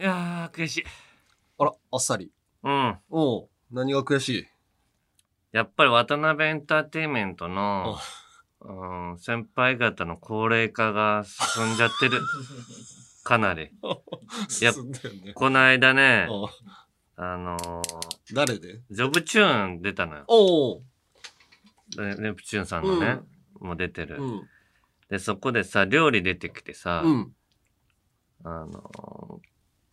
いやー、悔しい。あら、あっさり。うん。おう何が悔しいやっぱり渡辺エンターテインメントの、うん、先輩方の高齢化が進んじゃ ってる。かなり。や進んだよね。この間ね、おうあのー誰でジョブチューン出たのよ。おうねネプチューンさんのね、もう出てる、うん。で、そこでさ、料理出てきてさ、うん。あのー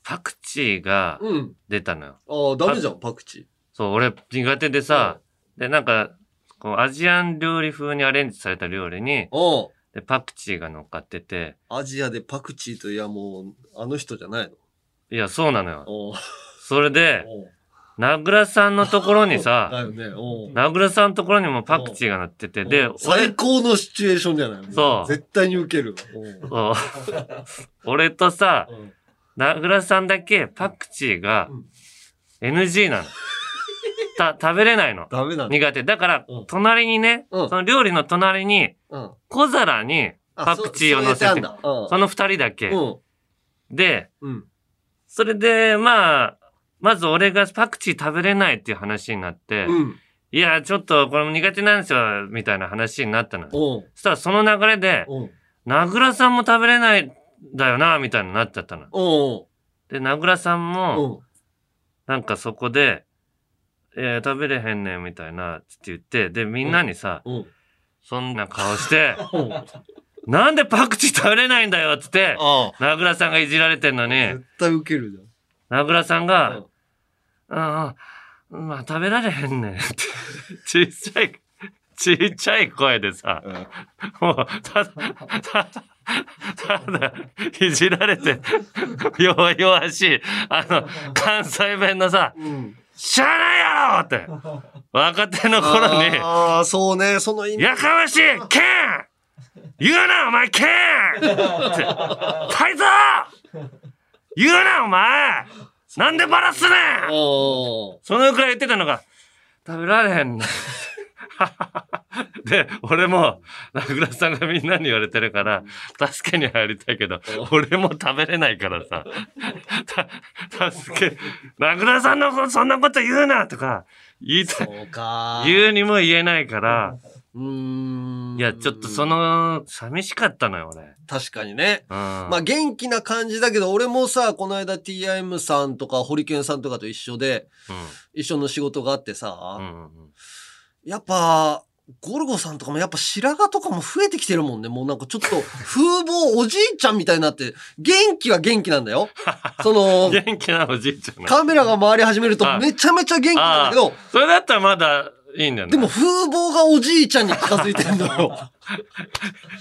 パクチーがうん。出たのよ。ああ、ダメじゃん、パクチそう、俺苦手でさ、で、なんか、こう、アジアン料理風にアレンジされた料理にー。、おうで、パクチーが乗っかってて、アジアでパクチーといやもう、あの人じゃないの。いや、そうなのよ。おうそれで、おう名倉さんのところにださ、よね。おう名倉さんのところにもパクチーが乗ってて、で、おう最俺、高のシチュエーションじゃないのそう絶対に受けるわ。おうそう俺とさ、うん名倉さんだけパクチーがうん NG なの。た、食べれないの。ダメなんだ。苦手。だからうん、隣にね、うんその料理の隣に、うん小皿に、あパクチーを乗せてそうそう入れあんだうんその二人だけ。で、うん。それで、まあ、まず俺がパクチー食べれないっていう話になって、うん。うん。いや、ちょっとこれも苦手なんですよ、みたいな話になったのよ。おうそしたらその流れで、おう名倉さんも食べれないんだよな、みたいになっちゃったの。おうで、名倉さんも、おうなんかそこで、えー、食べれへんねん、みたいな、って言って、で、みんなにさ、おうそんな顔して、 おうなんでパクチー食べれないんだよ、つって、あ名倉さんがいじられてんのあ。に、絶対受けるじゃん。名倉さんが、うんああ、まあ食べられへんねんって。 ちっちゃい、ちっちゃい声でさ、うんもう、ただ、ただ、ただ、いじられて、弱々しい、あの、関西弁のさ、うん。しゃあないやろって、若手の頃に、ああ、そうね、その意味。やかましいけん言うなお前けんってタイゾー言うなお前なんでバラすねんおそのくらい言ってたのが、食べられへんな。 で、俺も、名倉さんがみんなに言われてるから、助けに入りたいけど、俺も食べれないからさ、た、助け、名倉さんのこそんなこと言うなとか、言いたい、そうか。言うにも言えないから、うーん。いや、ちょっとそ。の、寂しかったのよ、俺。うん。確かにね。ままあ元気な感じだけど、俺もさ、この間 TIM さんとかホリケンさんとかと一緒で、一緒の仕事があってさ、うん。うんうんやっぱ、ゴルゴさんとかもやっぱ白髪とかも増えてきてるもんね。もうなんかちょっと風貌おじいちゃんみたいになって、元気は元気なん だよ。その、元気なおじいちゃんな。カメラが回り始めるとめちゃめちゃ元気なんだけど、それだったらまだいいんだよね。でも風貌がおじいちゃんに近づいてんだ よ。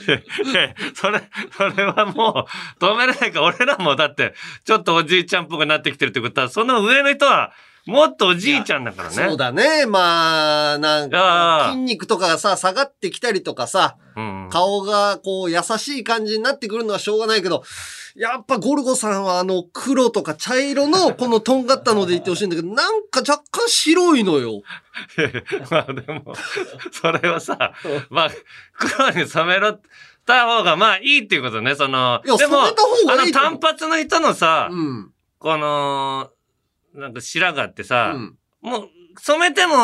いやいやそれ、それはもう、止めれないから、俺らもだって、ちょっとおじいちゃんっぽくなってきてるってことは、その上の人は、もっとおじいちゃんだからね。そうだね。まあ、なんあかあ、筋肉とかがさ、下がってきたりとかさ、うんうん。顔がこう優しい感じになってくるのはしょうがないけど、やっぱゴルゴさんはあの黒とか茶色のこのとんがったので言ってほしいんだけど、なんか若干白いのよ。いやいや まあでも、それはさ、まあ、黒に染めろた方が、まあいいっていうことね、その、いや、で染も、めた方あがのいいと思単う。発の人のさ、うん。この、なんか白髪ってさう、ん。もう染めても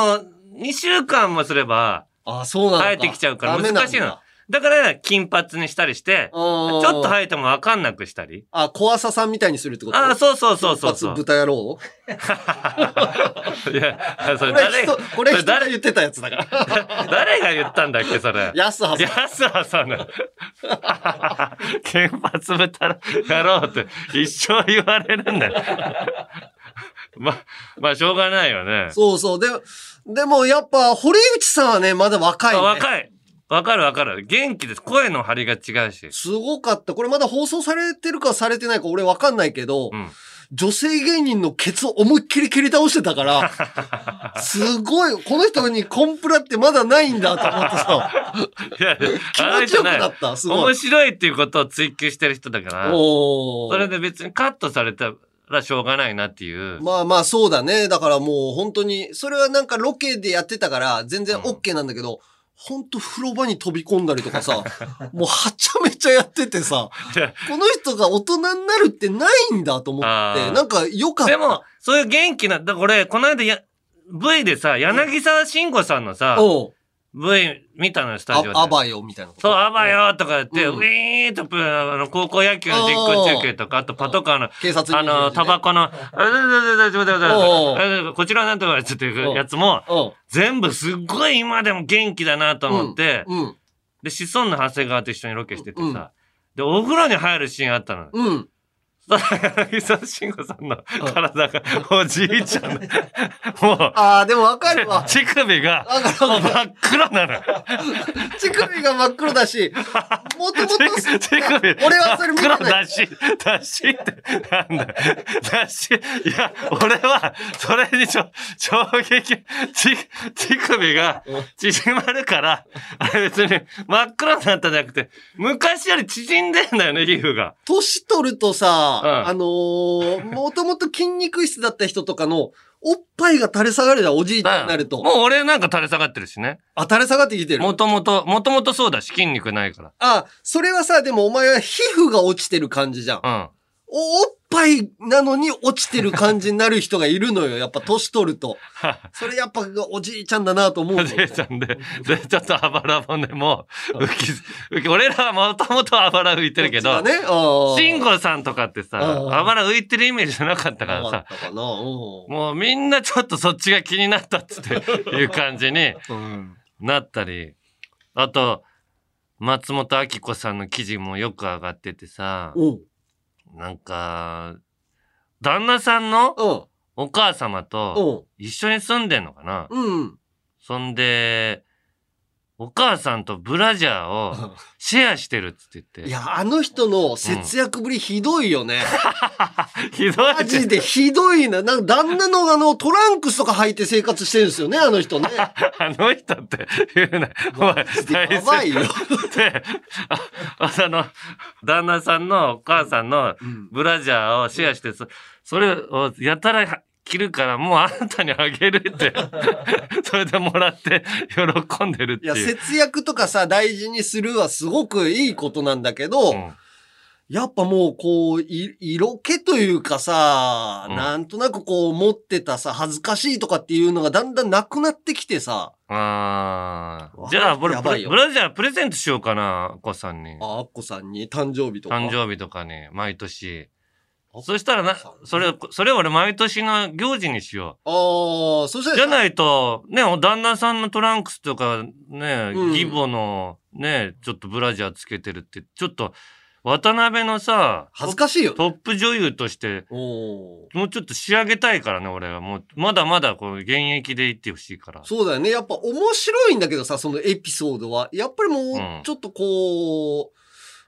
2週間もすれば、あ、そうなんだ。生えてきちゃうからダメ難しいのなんだだから金髪にしたりして、ちあーょっと生えてもわかんなくしたり。あ、小朝さんみたいにするってことああ、そうそうそうそうそう。豚野郎い や、そこれれ誰人が、、そこれ人れが誰言ってたやつ だから。誰が言ったんだっけ、それ。安はさん。安はさんだ。金髪豚やろうって一生言われるんだよ。ま、まあ、しょうがないよね。そうそう。で、でもやっぱ、堀内さんはね、まだ若い、ね。あ若い。わかるわかる。元気です。声の張りが違うし。すごかった。これまだ放送されてるかされてないか俺わかんないけど、うん女性芸人のケツを思いっきり蹴り倒してたから、 すごい、この人にコンプラってまだないんだと 思ってさ、いやいや、気持ちよくなった。すご面い。白いっていうことを追求してる人だから、おーそれで別にカットされたらしょうがないなっていう。まあまあそうだね。だからもう本当に、それはなんかロケでやってたから全然 OK なんだけど、ほんと風呂場に飛び込んだりと かさ、もうはちゃめちゃやっててさ、この人が大人になるってないんだと思って、あーなんか良かった。でも、そういう元気な、だこれ、この間や、V でさ、柳沢慎吾さんのさ、おう V 見たのよ、スタジオで。あ、あばよみたいなこそと。う、アバよとか言って、うんウィーンとプーあの、高校野球の実況中継とか、あとパトカーの、警察あに、の、タバコ。コの、あだだだだだだおうおうだだこちらなんとかっていうやつも、全部すっごい今でも元気だなと思って、うん。うん。で、シソンの長谷川と一緒にロケしててうんさ、で、お風呂に入るシーンあったの。うん。 そしたら柳沢慎吾さんの体が、おじいちゃ んの、もう、ああ、でもわ かるわ。乳首が、わかるもわうか真っ黒なの。る。乳首が真っ黒だし、もと もと、手首。俺はそれ見て真っ黒なだい。し、だしって、なんだ。だし、いや、俺は、それにちょ、衝撃、ち、乳首が縮まるから、あれ別に真っ黒になったんじゃなくて、昔より縮んでんだよね、皮膚が。年取るとさ、うんあのー、もともと筋肉質だった人とかの、おっぱいが垂れ下がるじゃん、おじいちゃんになると。もう俺なんか垂れ下がってるしね。あ、垂れ下がってきてる。もともと、もともとそうだし、筋肉ないかあ、それはさ、でもお前は皮膚が落ちてる感じじゃん。ら。おおっぱいなのに落ちてる感じになる人がいるのよ。 やっぱ年取ると。それやっぱおじいちゃんだなと思ううの ん。。で、ちゃんで、で、ちょっとあばら骨も、浮き、浮き、俺らはもともとあばら浮いてるけどこっ、ちがね、あー慎吾さんとかってさ、うんあばら浮いてるイメージじゃなかったからなかっさ、たかな。うもうみんなちょっとそっちが気になったっ つっていう感じにん。なったり、あと、松本明子さんの記事もよく上がっててさ、うん。うん。なんか、旦那さんのうお母様とん。一緒に住んでんのかなうん。そんで、お母さんとブラジャーをシェアしてるっつってい言って。や、あの人の節約ぶりひどいよね。ひどいねマジでひどいな。なんか旦那のあのトランクスとか履いて生活してるんですよね、あの 人ね。あの人って言うな。お前、やばいよ。で、あ、あの、旦那さんのお母さんのうんブラジャーをシェアして、そそれをやたら着るからもうあなたにあげる って、それでもらって喜んでるっいてや、いう。節約とかさ、大事にするはすごくいいことなんだけど、うんやっぱもう、こう、い色気というかさ、うんなんとなくこう、持ってたさ、恥ずかしいとかっていうのがだんだんなくなってきてさ、あーわじゃあ、これやブばラいよブラジャープレゼントしようかな、子さんに。あ、アッコさんに誕生日とか。誕生日とかに、毎年。あそしたらな、それ、それ俺毎年の行事にしよう。ああ、そしたら、じゃないと、ね、旦那さんのトランクスとか、ね、うん義母の、ね、ちょっとブラジャーつけてるって、ちょっと、渡辺のさ、恥ずかしいよ。トップ女優として、おーもうちょっと仕上げたいからね、俺は。もう、まだまだ、こう、現役でいってほしいから。そうだよね。やっぱ面白いんだけどさ、そのエピソードは。やっぱりもんう、ちょっとこう、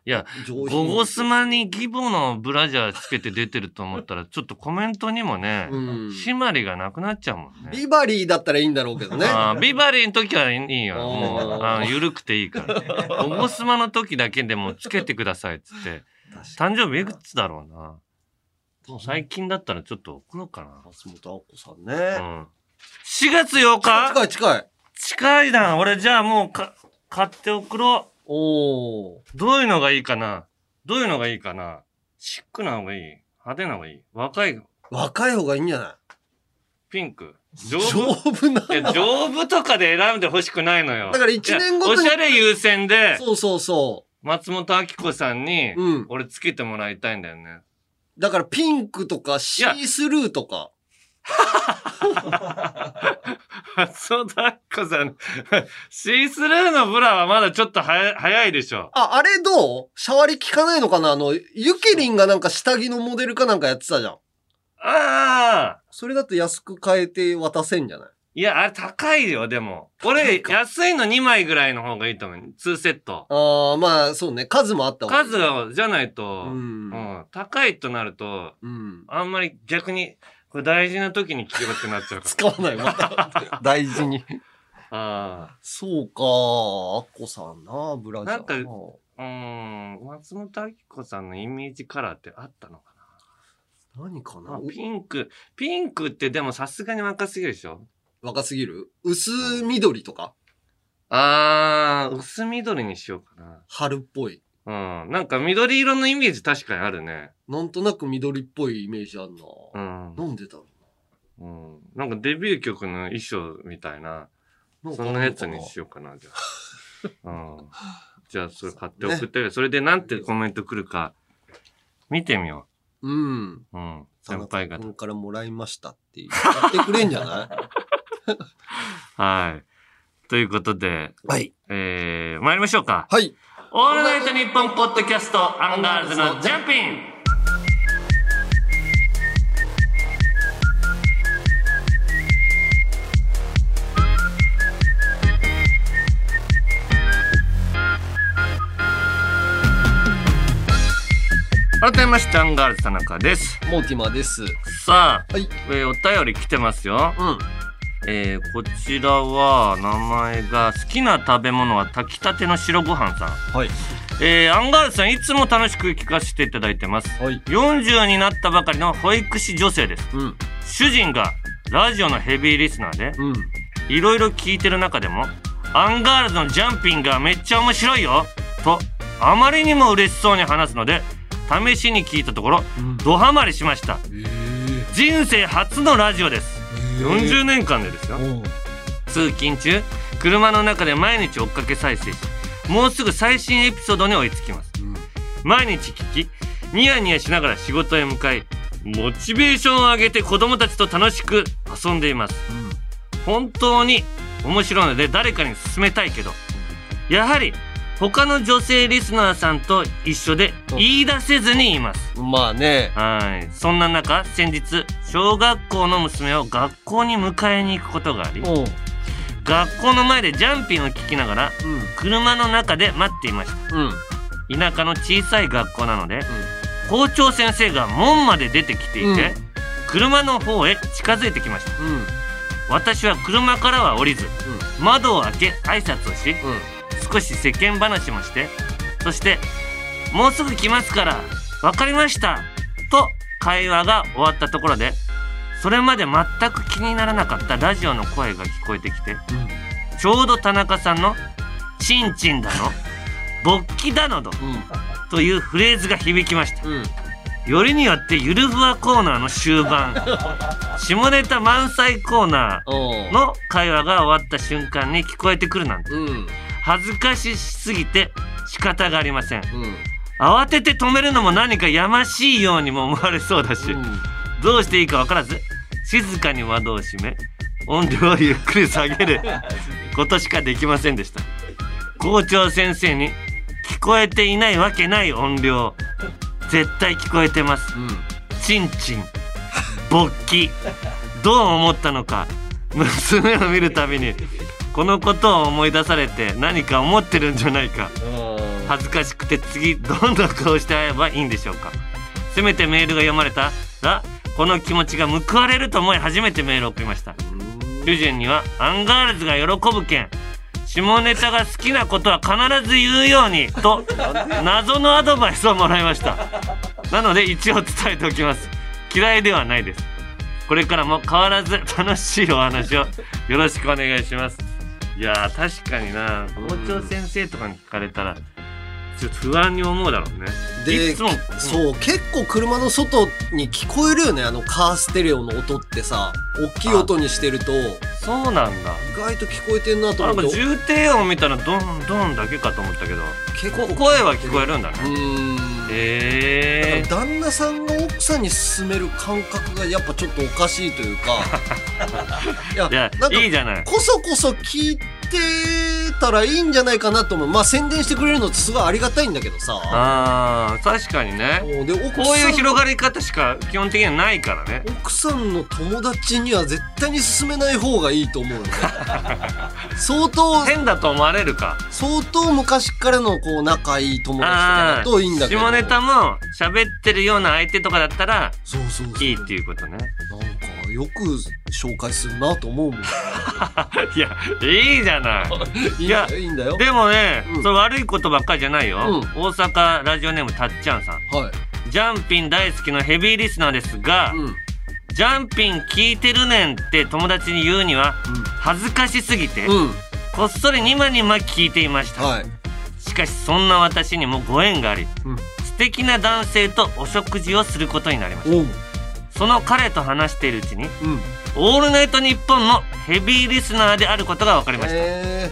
いや、上ゴ品ゴスマに義母のブラジャーつけて出てると思ったら、ちょっとコメントにもね、うん締まりがなくなっちゃうもんね。ビバリーだったらいいんだろうけどね。あービバリーの時はいいよ。もおう、ーあの緩くていいから。ゴゴスマの時だけでもつけてくださいっつって。誕生日いくつだろうな。最近だったらちょっと送ろうか松本明子さんな。うね。ん。4月8日近い近い。近いな。俺じゃあもうか買って送ろおお。う。どういうのがいいかなどういうのがいいかなシックな方がいい派手な方がいい若い若い方がいいんじゃなピンクい丈丈夫夫な。いや、丈夫とかで選んでほしくないのよ。だから一年ごとにいやおしゃれ優先で、そうそうそ松本明子さんにう。、うん。俺つけてもらいたいんだよね。だからピンクとかシースルーとか。松本明子さん、シースルーのブラはまだちょっとはや早いでしょ。あ、あれどうシャワリ効かないのかなあの、ゆけりんがなんか下着のモデルかなんかやってたじゃん。ああそれだと安く買えて渡せんじゃないいや、あれ高いよ、でも。俺、安いの2枚ぐらいの方がいいと思う。2セット。ああ、まあ、そうね。数もあった方がいい数が、じゃないと、ううんん。高いとなると、うん。あんまり逆に、これ大事な時に聞けばってなっち ゃうか使わない。 また大事に。ら。あそうか、アッコさんな、ブラジャー。なんかあ。うーん、松本明子さんのイメージカラーってあったのか何かななあピンク、ピンクってでもさすがに若すぎるでしょ若すぎる薄緑とかあー、薄緑にしようかな。春っぽい。うん。なんか緑色のイメージ確かにあるね。なんとなく緑っぽいイメージあんな。うん。なんでだろうん。なんかデビュー曲の衣装みたいな、うな。そんなやつにしようかな、じゃ あ。うん。じゃあ、それ買って送って、それでなんてコメント来るか、見てみよう。うん。う。うん。田先中輩方。君からもらいましたっていう。やってくれんじゃな はい。ということで、いはい。えー、参りましょうか。はい。オールナイトニッポンポッドキャストアンガールズのジャンピン改めましてアンガールズ田中ですモーティマーです。うさあ、はいえーお便り来てますよ、ん。えーこちらは名前が好きな食べ物は炊きたての白ご飯さんはい。えーアンガールズさんいつも楽しく聞かせていただいてますはい。 40になったばかりの保育士女性ですうん。主人がラジオのヘビーリスナーでうん。いろいろ聞いてる中でもアンガールズのジャンピンがめっちゃ面白いよとあまりにも嬉しそうに話すので試しに聞いたところうん。ドハマりしましたえ人生初のラジオですー40年間でですよおう通勤中車の中で毎日追っかけ再生しもうすぐ最新エピソードに追いつきますうん。毎日聞きニヤニヤしながら仕事へ向かいモチベーションを上げて子供たちと楽しく遊んでいます本当に面白いので誰かに勧めたいけどやはり他の女性リスナーさんと一緒で言い出せずに言いますうん。まあね。はいそんな中先日小学校の娘を学校に迎えに行くことがありおう。学校の前でジャンピンを聞きながらうん。車の中で待っていましたうん。田舎の小さい学校なので、校長先生が門まで出てきていて、う車の方へ近づいてきましたうん。私は車からは降りず、窓を開け挨拶をしうん。少し世間話もしてそして「もうすぐ来ますから分かりました」と会話が終わったところでそれまで全く気にならなかったラジオの声が聞こえてきてちょうど田中さんの「チンチンだの」「勃起だの」というフレーズが響きましたうん。うん。よりによってゆるふわコーナーの終盤下ネタ満載コーナおーう。の会話が終わった瞬間に聞こえてくるなんてうん。うん。恥ずかしすぎて仕方がありません慌てて止めるのも何かやましいようにも思われそうだし、うん。どうしていいか分からず静かに窓を閉め音量をゆっくり下げることしかできませんでした校長先生に聞こえていないわけない音量絶対聞こえてますうチンチン勃起どう思ったのか娘を見るたびにこのことを思い出されて何か思ってるんじゃないかん。恥ずかしくて次どんな顔して会えばいいんでしょうかせめてメールが読まれたらこの気持ちが報われると思い初めてメールを送りました主人にはアンガールズが喜ぶけん下ネタが好きなことは必ず言うようにと謎のアドバイスをもらいましたなので一応伝えておきます嫌いではないですこれからも変わらず楽しいお話をよろしくお願いしますいやー確かにな校長先生とかに聞かれたらちょっと不安に思うだろうねでいつもそう結構車の外に聞こえるよねあのカーステレオの音ってさ大きい音にしてると意そうなんだ外と聞こえてんなとなん思かって重低音見たらドンドンだけかと思ったけど結こ声は聞こえるんだねうーんだかえら旦那さんが奥さんに勧める感覚がやっぱちょっとおかしいというか いやー、いやなんかいいじゃないこそこそ聞いてたらいいんじゃないかなと思うまあ宣伝してくれるのってすごいありがたいんだけどさあー確かにねもうで奥こうさいうん広がり方しか基本的にはないからね奥さんの友達には絶対に勧めない方がいいと思う よね相当変だと思われるか相当昔からのこう仲いい友達とかあだあといいんだけど下ネタも喋ってるような相手とかだったらそうそうそういいっていうことね なんかよく紹介するなと思うもんいやいいじゃ ないい いいやいいんだよでもね、うんそれ悪いことばっかりじゃないよ、うん大阪ラジオネームたっちゃんさんはいジャンピン大好きのヘビーリスナーですが、うんうんジャンピン聞いてるねんって友達に言うには恥ずかしすぎて、こっそりニマニマ聞いていました、はい。しかしそんな私にもご縁があり、うん素敵な男性とお食事をすることになりましおう。たその彼と話しているうちにうん。 「オールナイトニッポン」のヘビーリスナーであることが分かりました、え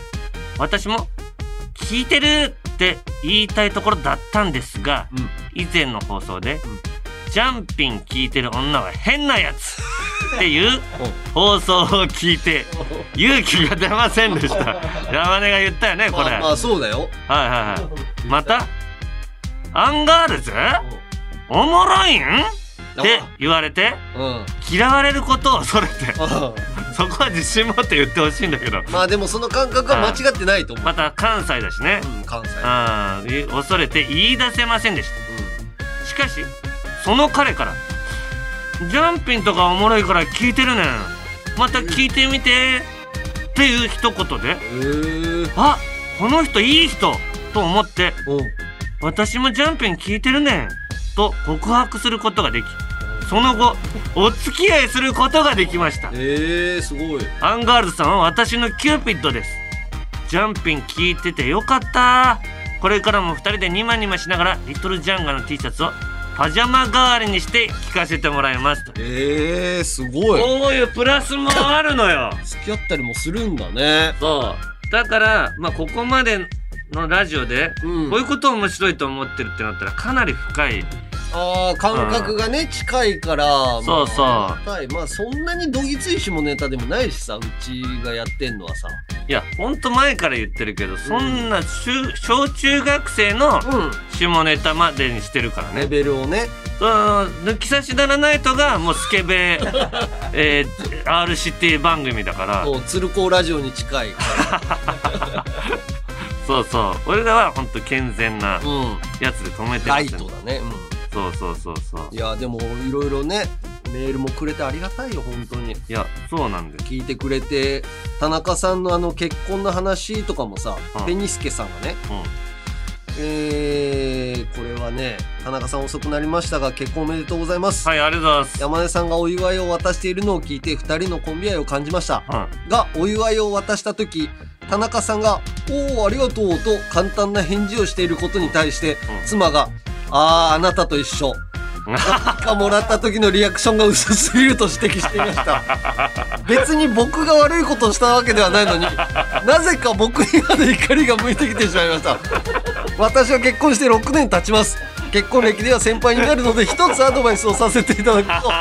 私も「聞いてる!」って言いたいところだったんですがえー。うん。以前の放送でん「ジャンピン聞いてる女は変なやつ」っていう放送を聞いて勇気が出ませんでし た山根が言ったよねこれ、まあ、まあ、そうだよ。はいはいはいまた「アンガールズおもろいん?」って言われてうん。嫌われる ことを恐れてあそこは自信持って言ってほしいんだけどまあでもその感覚は間違ってないと思う。また関西だしねうん、関西。あー恐れて言い出せませんでしたしかしその彼から「ジャンピンとかおもろいから聞いてるねんまた聞いてみて」っていう一言でうん。へえ「あこの人いい人!」と思っておう「私もジャンピン聞いてるねん」と告白することができその後お付き合いすることができましたへえすごい。アンガールズさんは私のキューピッドですジャンピン聞いててよかったこれからも2人でニマニマしながらリトルジャンガの T シャツをパジャマ代わりにして聞かせてもらいますとええすごい。こういうプラスもあるのよ付き合ったりもするんだね。そうだからまあここまでのラジオでうこういうこと面白いと思ってるってなったらかなり深いああ感覚がね近いからそうそうまあはいまあそんなにどぎつい下ネタでもないしさうちがやってんのはさいやほんと前から言ってるけどそんな中小中学生のう下ネタまでにしてるからねレベルをねその抜き差しならないとがもうスケ ベ、えー、RCT 番組だからこう鶴光ラジオに近いかそうそう俺らは本当健全ならうんやつで止めてまラすイトだねうそうそうそうそうんいやでもいろいろねメールもくれてありがたいよ本当にいやそうなんです聞いてくれて田中さんのあの結婚の話とかもさうんペニスケさんがねうんえー、これはね田中さん遅くなりましたが結婚おめでとうございますはいありがとうございます山根さんがお祝いを渡しているのを聞いて2人のコンビ愛を感じましたはがお祝いを渡した時田中さんが「おおありがとう」と簡単な返事をしていることに対してうん妻が「あああなたと一緒」 がもらった時のリアクションが薄すぎると指摘していました 別に僕が悪いことをしたわけではないのになぜか僕にまで怒りが向いてきてしまいました私は結婚して6年経ちます結婚歴では先輩になるので一つアドバイスをさせていただくと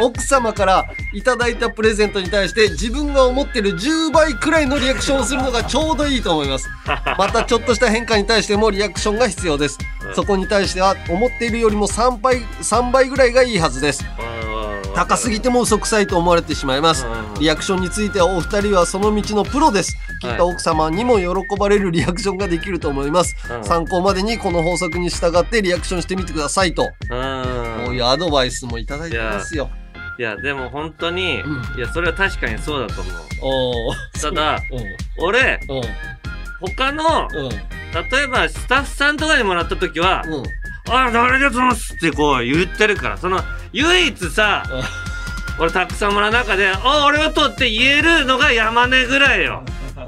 奥様からいただいたプレゼントに対して自分が思ってる10倍くらいのリアクションをするのがちょうどいいと思います またちょっとした変化に対してもリアクションが必要ですそこに対しては思っているよりも3倍3倍ぐらいがいいはずですい高すぎても嘘くさいと思われてしまいますうんリアクションについてはお二人はその道のプロですきっと奥様にも喜ばれるリアクションができると思います、うん参考までにこの法則に従ってリアクションしてみてくださいと、こううんいうアドバイスもいただいてますよいやでも本当に、うんいやそれは確かにそうだと思うおーただう俺ん他のうん例えばスタッフさんとかにもらった時は、うんうんあ、誰でございますってこう言ってるから、その、唯一さ、俺たくさんもらう中で、あ、ありがとうって言えるのが山根ぐらいよ。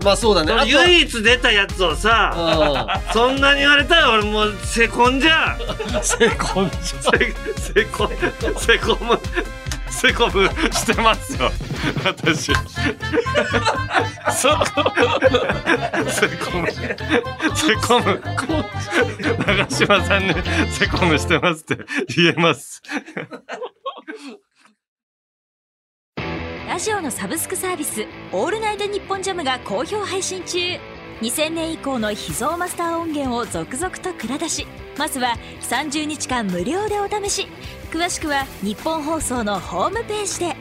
まあそうだねそのあとは唯一出たやつをさ、そんなに言われたら俺もうせこんじゃん。うん成功 せ、せこ、せこむ、せこむしてますよ。私。そこ、せこむ、せこむ。長嶋さんにせこむしてますって言えます。ラジオのサブスクサービス「オールナイトニッポンジャム」が好評配信中2000年以降の秘蔵マスター音源を続々と蔵出しまずは30日間無料でお試し詳しくは日本放送のホームページで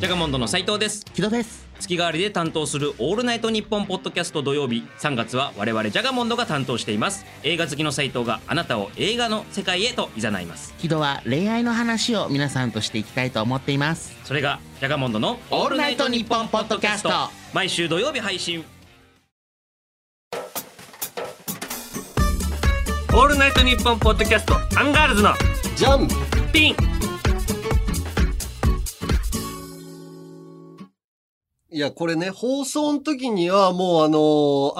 ジャガモンドの斉藤です。木戸です。月替わりで担当するオールナイトニッポンポッドキャスト土曜日3月は我々ジャガモンドが担当しています。映画好きの斉藤があなたを映画の世界へと誘います。木戸は恋愛の話を皆さんとしていきたいと思っています。それがジャガモンドのオールナイトニッポンポッドキャスト毎週土曜日配信。オールナイトニッポンポッドキャストアンガールズのじゃんピン。いいや、これね、放送の時にはもうあの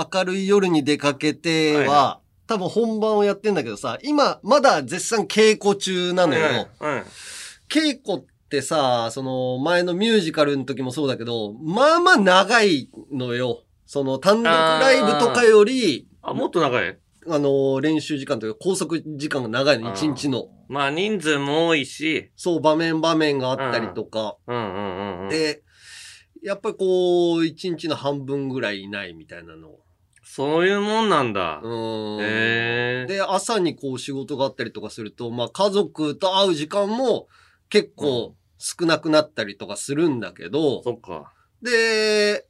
ー明るい夜に出かけてはいは、は多分本番をやってんだけどさ、今、まだ絶賛稽古中なのよ。はい稽古ってさ、その前のミュージカルの時もそうだけど、まあまあ長いのよ。その単独ライブとかより、あ、もっと長いあのー練習時間というか拘束時間が長いの、あー一日の。まあ人数も多いし、そう、場面場面があったりとか。うんうんうんうん。で、やっぱりこう、一日の半分ぐらいいないみたいなの。そういうもんなんだ。うーん。へえ。で、朝にこう仕事があったりとかすると、まあ家族と会う時間も結構少なくなったりとかするんだけど、そっか。で、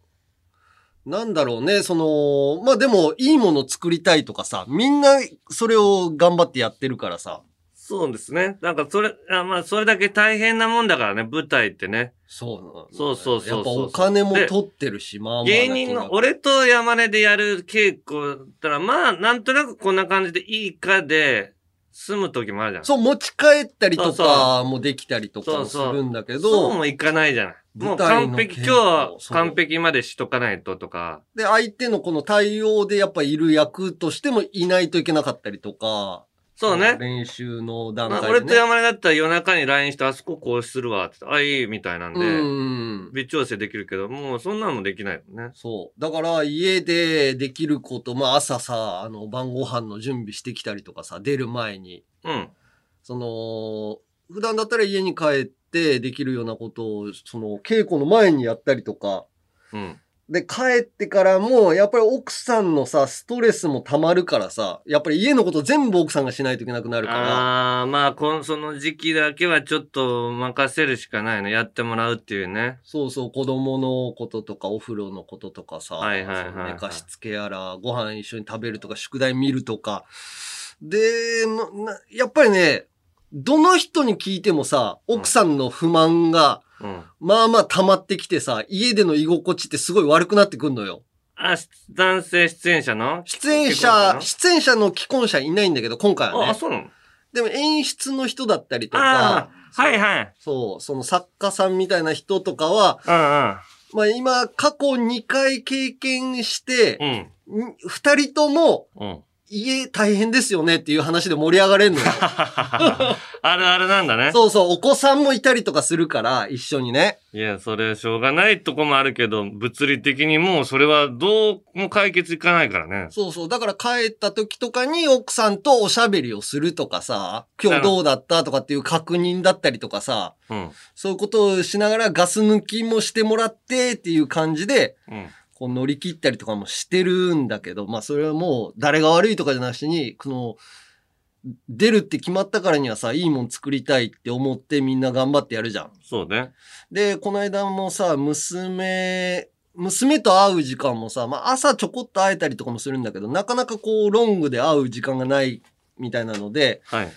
なんだろうね、その、まあでもいいもの作りたいとかさ、みんなそれを頑張ってやってるからさ、そうですね。なんかそれ、あまあそれだけ大変なもんだからね、舞台ってね。そうなのそうそうそうそうやっぱお金も取ってるし、まあまあな金芸額。人の俺と山根でやる稽古だったら、まあなんとなくこんな感じでいいかで済む時もあるじゃん。そう、持ち帰ったりとそうそかもできたりとかもするんだけど、そうもいかないじゃない。もう舞台の完璧、今稽古日はそう完璧までしとかないととか。で、相手のこの対応でやっぱいる役としてもいないといけなかったりとか、そうね。練習の段まあ階で、ね。俺と山根だったら夜中に LINE して、あそここうするわって言って、あ、いいみたいなんで、うん。微調整できるけど、もうそんなのもできないもんね。そう。だから家でできること、まあ朝さ、あの晩ご飯の準備してきたりとかさ、出る前に、うん。その、普段だったら家に帰ってできるようなことを、その稽古の前にやったりとか、うん。で、帰ってからも、やっぱり奥さんのさ、ストレスも溜まるからさ、やっぱり家のこと全部奥さんがしないといけなくなるから、ああ、まあこん、その時期だけはちょっと任せるしかないの。やってもらうっていうね。そうそう、子供のこととか、お風呂のこととかさ、はいはいはいはいその寝かしつけやら、ご飯一緒に食べるとか、宿題見るとか。で、まなやっぱりね、どの人に聞いてもさ、奥さんの不満が、うん。まあまあ溜まってきてさ、家での居心地ってすごい悪くなってくんのよ。あ、し男性出演者の出演結者婚、出演者の既婚者いないんだけど、今回のあはあ、ね。そうなのでも演出の人だったりとあか、あ、はいはい。そう、その作家さんみたいな人とかは、うまあ今、過去2回経験して、んうん。うん。ん二人ともうん。家大変ですよねっていう話で盛り上がれんのよ。 あるあるなんだね。そうそう、お子さんもいたりとかするから、一緒にね。いや、それ、しょうがないとこもあるけど、物理的にもうそれはどうも解決いかないからね。そうそう、だから帰った時とかに奥さんとおしゃべりをするとかさ、今日どうだったとかっていう確認だったりとかさ、うん。そういうことをしながらガス抜きもしてもらってっていう感じで、うん。こう乗り切ったりとかもしてるんだけど、まあそれはもう誰が悪いとかじゃなしに、その、出るって決まったからにはさ、いいもん作りたいって思ってみんな頑張ってやるじゃん。そうね。で、この間もさ、娘、娘と会う時間もさ、まあ朝ちょこっと会えたりとかもするんだけど、なかなかこうロングで会う時間がないみたいなので、はい。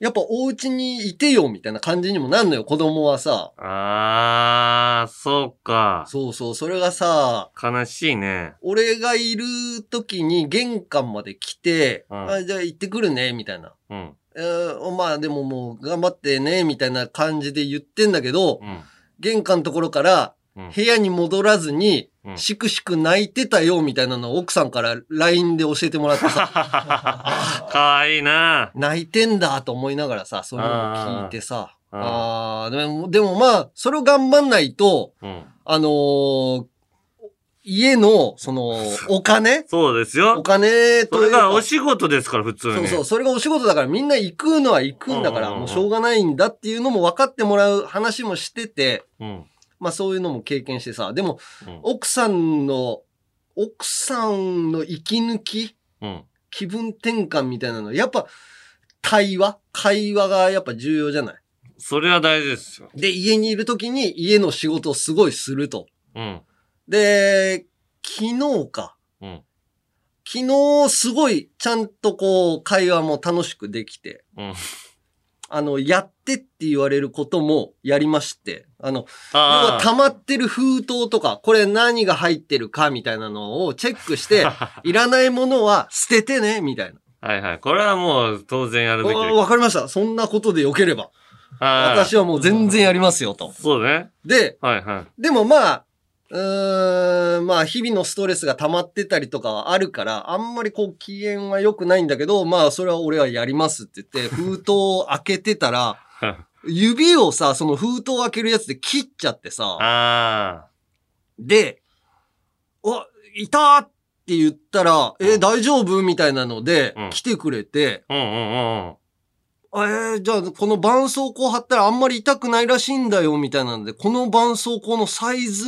やっぱお家にいてよみたいな感じにもなんのよ、子供はさ。あー、そうか。そうそう、それがさ、悲しいね。俺がいる時に玄関まで来て、うんあじゃあ行ってくるね、みたいな。うん。えーまあでももう頑張ってね、みたいな感じで言ってんだけど、うん。玄関のところからうん部屋に戻らずに、うんしくしく泣いてたよ、みたいなのを奥さんから LINE で教えてもらって さ、かわいいな。泣いてんだと思いながらさ、そういうのを聞いてさ、あああーでも、でもまあ、それを頑張んないと、うん。あのー家の、その、お金 そうですおよ。金そといれうかがお仕事ですから、普通に。そうそう、それがお仕事だからみんな行くのは行くんだから、うんうんうんもうしょうがないんだっていうのも分かってもらう話もしてて、うん。まあそういうのも経験してさ、でもうん。奥さんの、奥さんの息抜き、うん。気分転換みたいなの、やっぱ対話、会話がやっぱ重要じゃないそれは大事ですよ。で、家にいる時に家の仕事をすごいすると。うん。で、昨日か。うん。昨日すごいちゃんとこう会話も楽しくできて。うん。あの、やってって言われることもやりまして、あの、要はあ溜まってる封筒とか、これ何が入ってるかみたいなのをチェック して、いらないものは捨ててね、みたいな。あ。はいはい。これはもう当然やるべきおわかりました。そんなことでよければ。あー私はもう全然やりますよ、と。そうね。で、はいはい。でもまあ、うーん、まあ、日々のストレスが溜まってたりとかはあるから、あんまりこう、機嫌は良くないんだけど、まあ、それは俺はやりますって 言って、封筒を開けてたら、指をさ、その封筒を開けるやつで切っちゃってさ、あで、お、いたーって言ったら、えー大丈夫みたいなのでうん、来てくれて、あ。うんうんうん。あえーじゃあ、この絆創膏貼ったらあんまり痛くないらしいんだよ、みたいなので、この絆創膏のサイズ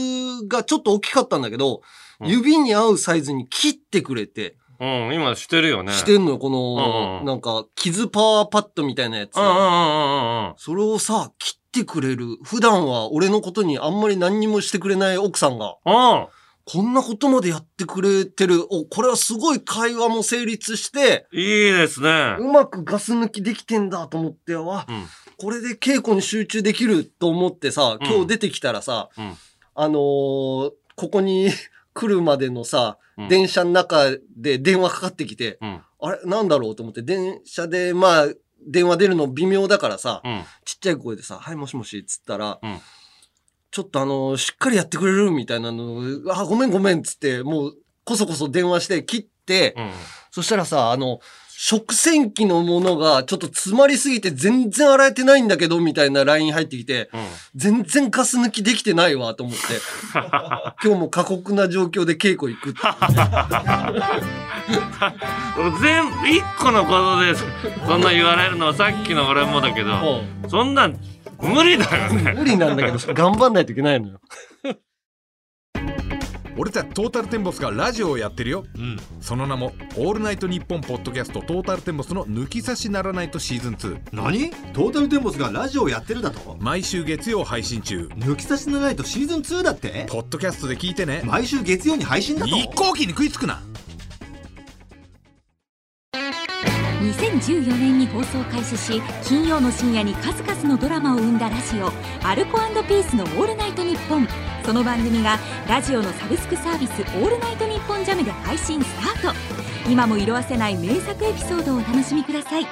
がちょっと大きかったんだけど、うん指に合うサイズに切ってくれて、うん、今してるよね。してんのよ、こうんうんの、うんなんか、傷パワーパッドみたいなやつうん。うんうんうんうん。それをさ、切ってくれる。普段は俺のことにあんまり何にもしてくれない奥さんが、うん。こんなことまでやってくれてる。お、これはすごい会話も成立して、いいですね。うまくガス抜きできてんだと思って、わ、うんこれで稽古に集中できると思ってさ、今日出てきたらさ、うんあのーここに 来るまでのさ、うん電車の中で電話かかってきて、うん。あれなんだろうと思って、電車で、まあ、電話出るの微妙だからさ、うん。ちっちゃい声でさ、はい、もしもし、っつったら、うんちょっとあの、しっかりやってくれるみたいなのを、あ、ごめんごめん、っつって、もう、こそこそ電話して切って、うん。そしたらさ、あの、食洗機のものがちょっと詰まりすぎて全然洗えてないんだけど、みたいな LINE 入ってきて、うん。全然ガス抜きできてないわ、と思 って、今日も過酷な状況で稽古行くっていう。全部一個のことでそんな言われるのはさっきの俺もだけど そんなん無理だよね無理なんだけど、頑張んないといけないのよ。俺たちトータルテンボスがラジオをやってるよ、その名も「オールナイトニッポン」ポッドキャストトータルテンボスの「抜き差しならないと」シーズン2何トータルテンボスがラジオをやってるだと毎週月曜配信中抜き差しならないとシーズン2だってポッドキャストで聞いてね毎週月曜に配信だと一向機に食いつくな2014年に放送開始し金曜の深夜に数々のドラマを生んだラジオ「アルコピースのオールナイトニッポン」その番組がラジオのサブスクサービス「オールナイトニッポンジャムで配信スタート今も色あせない名作エピソードをお楽しみください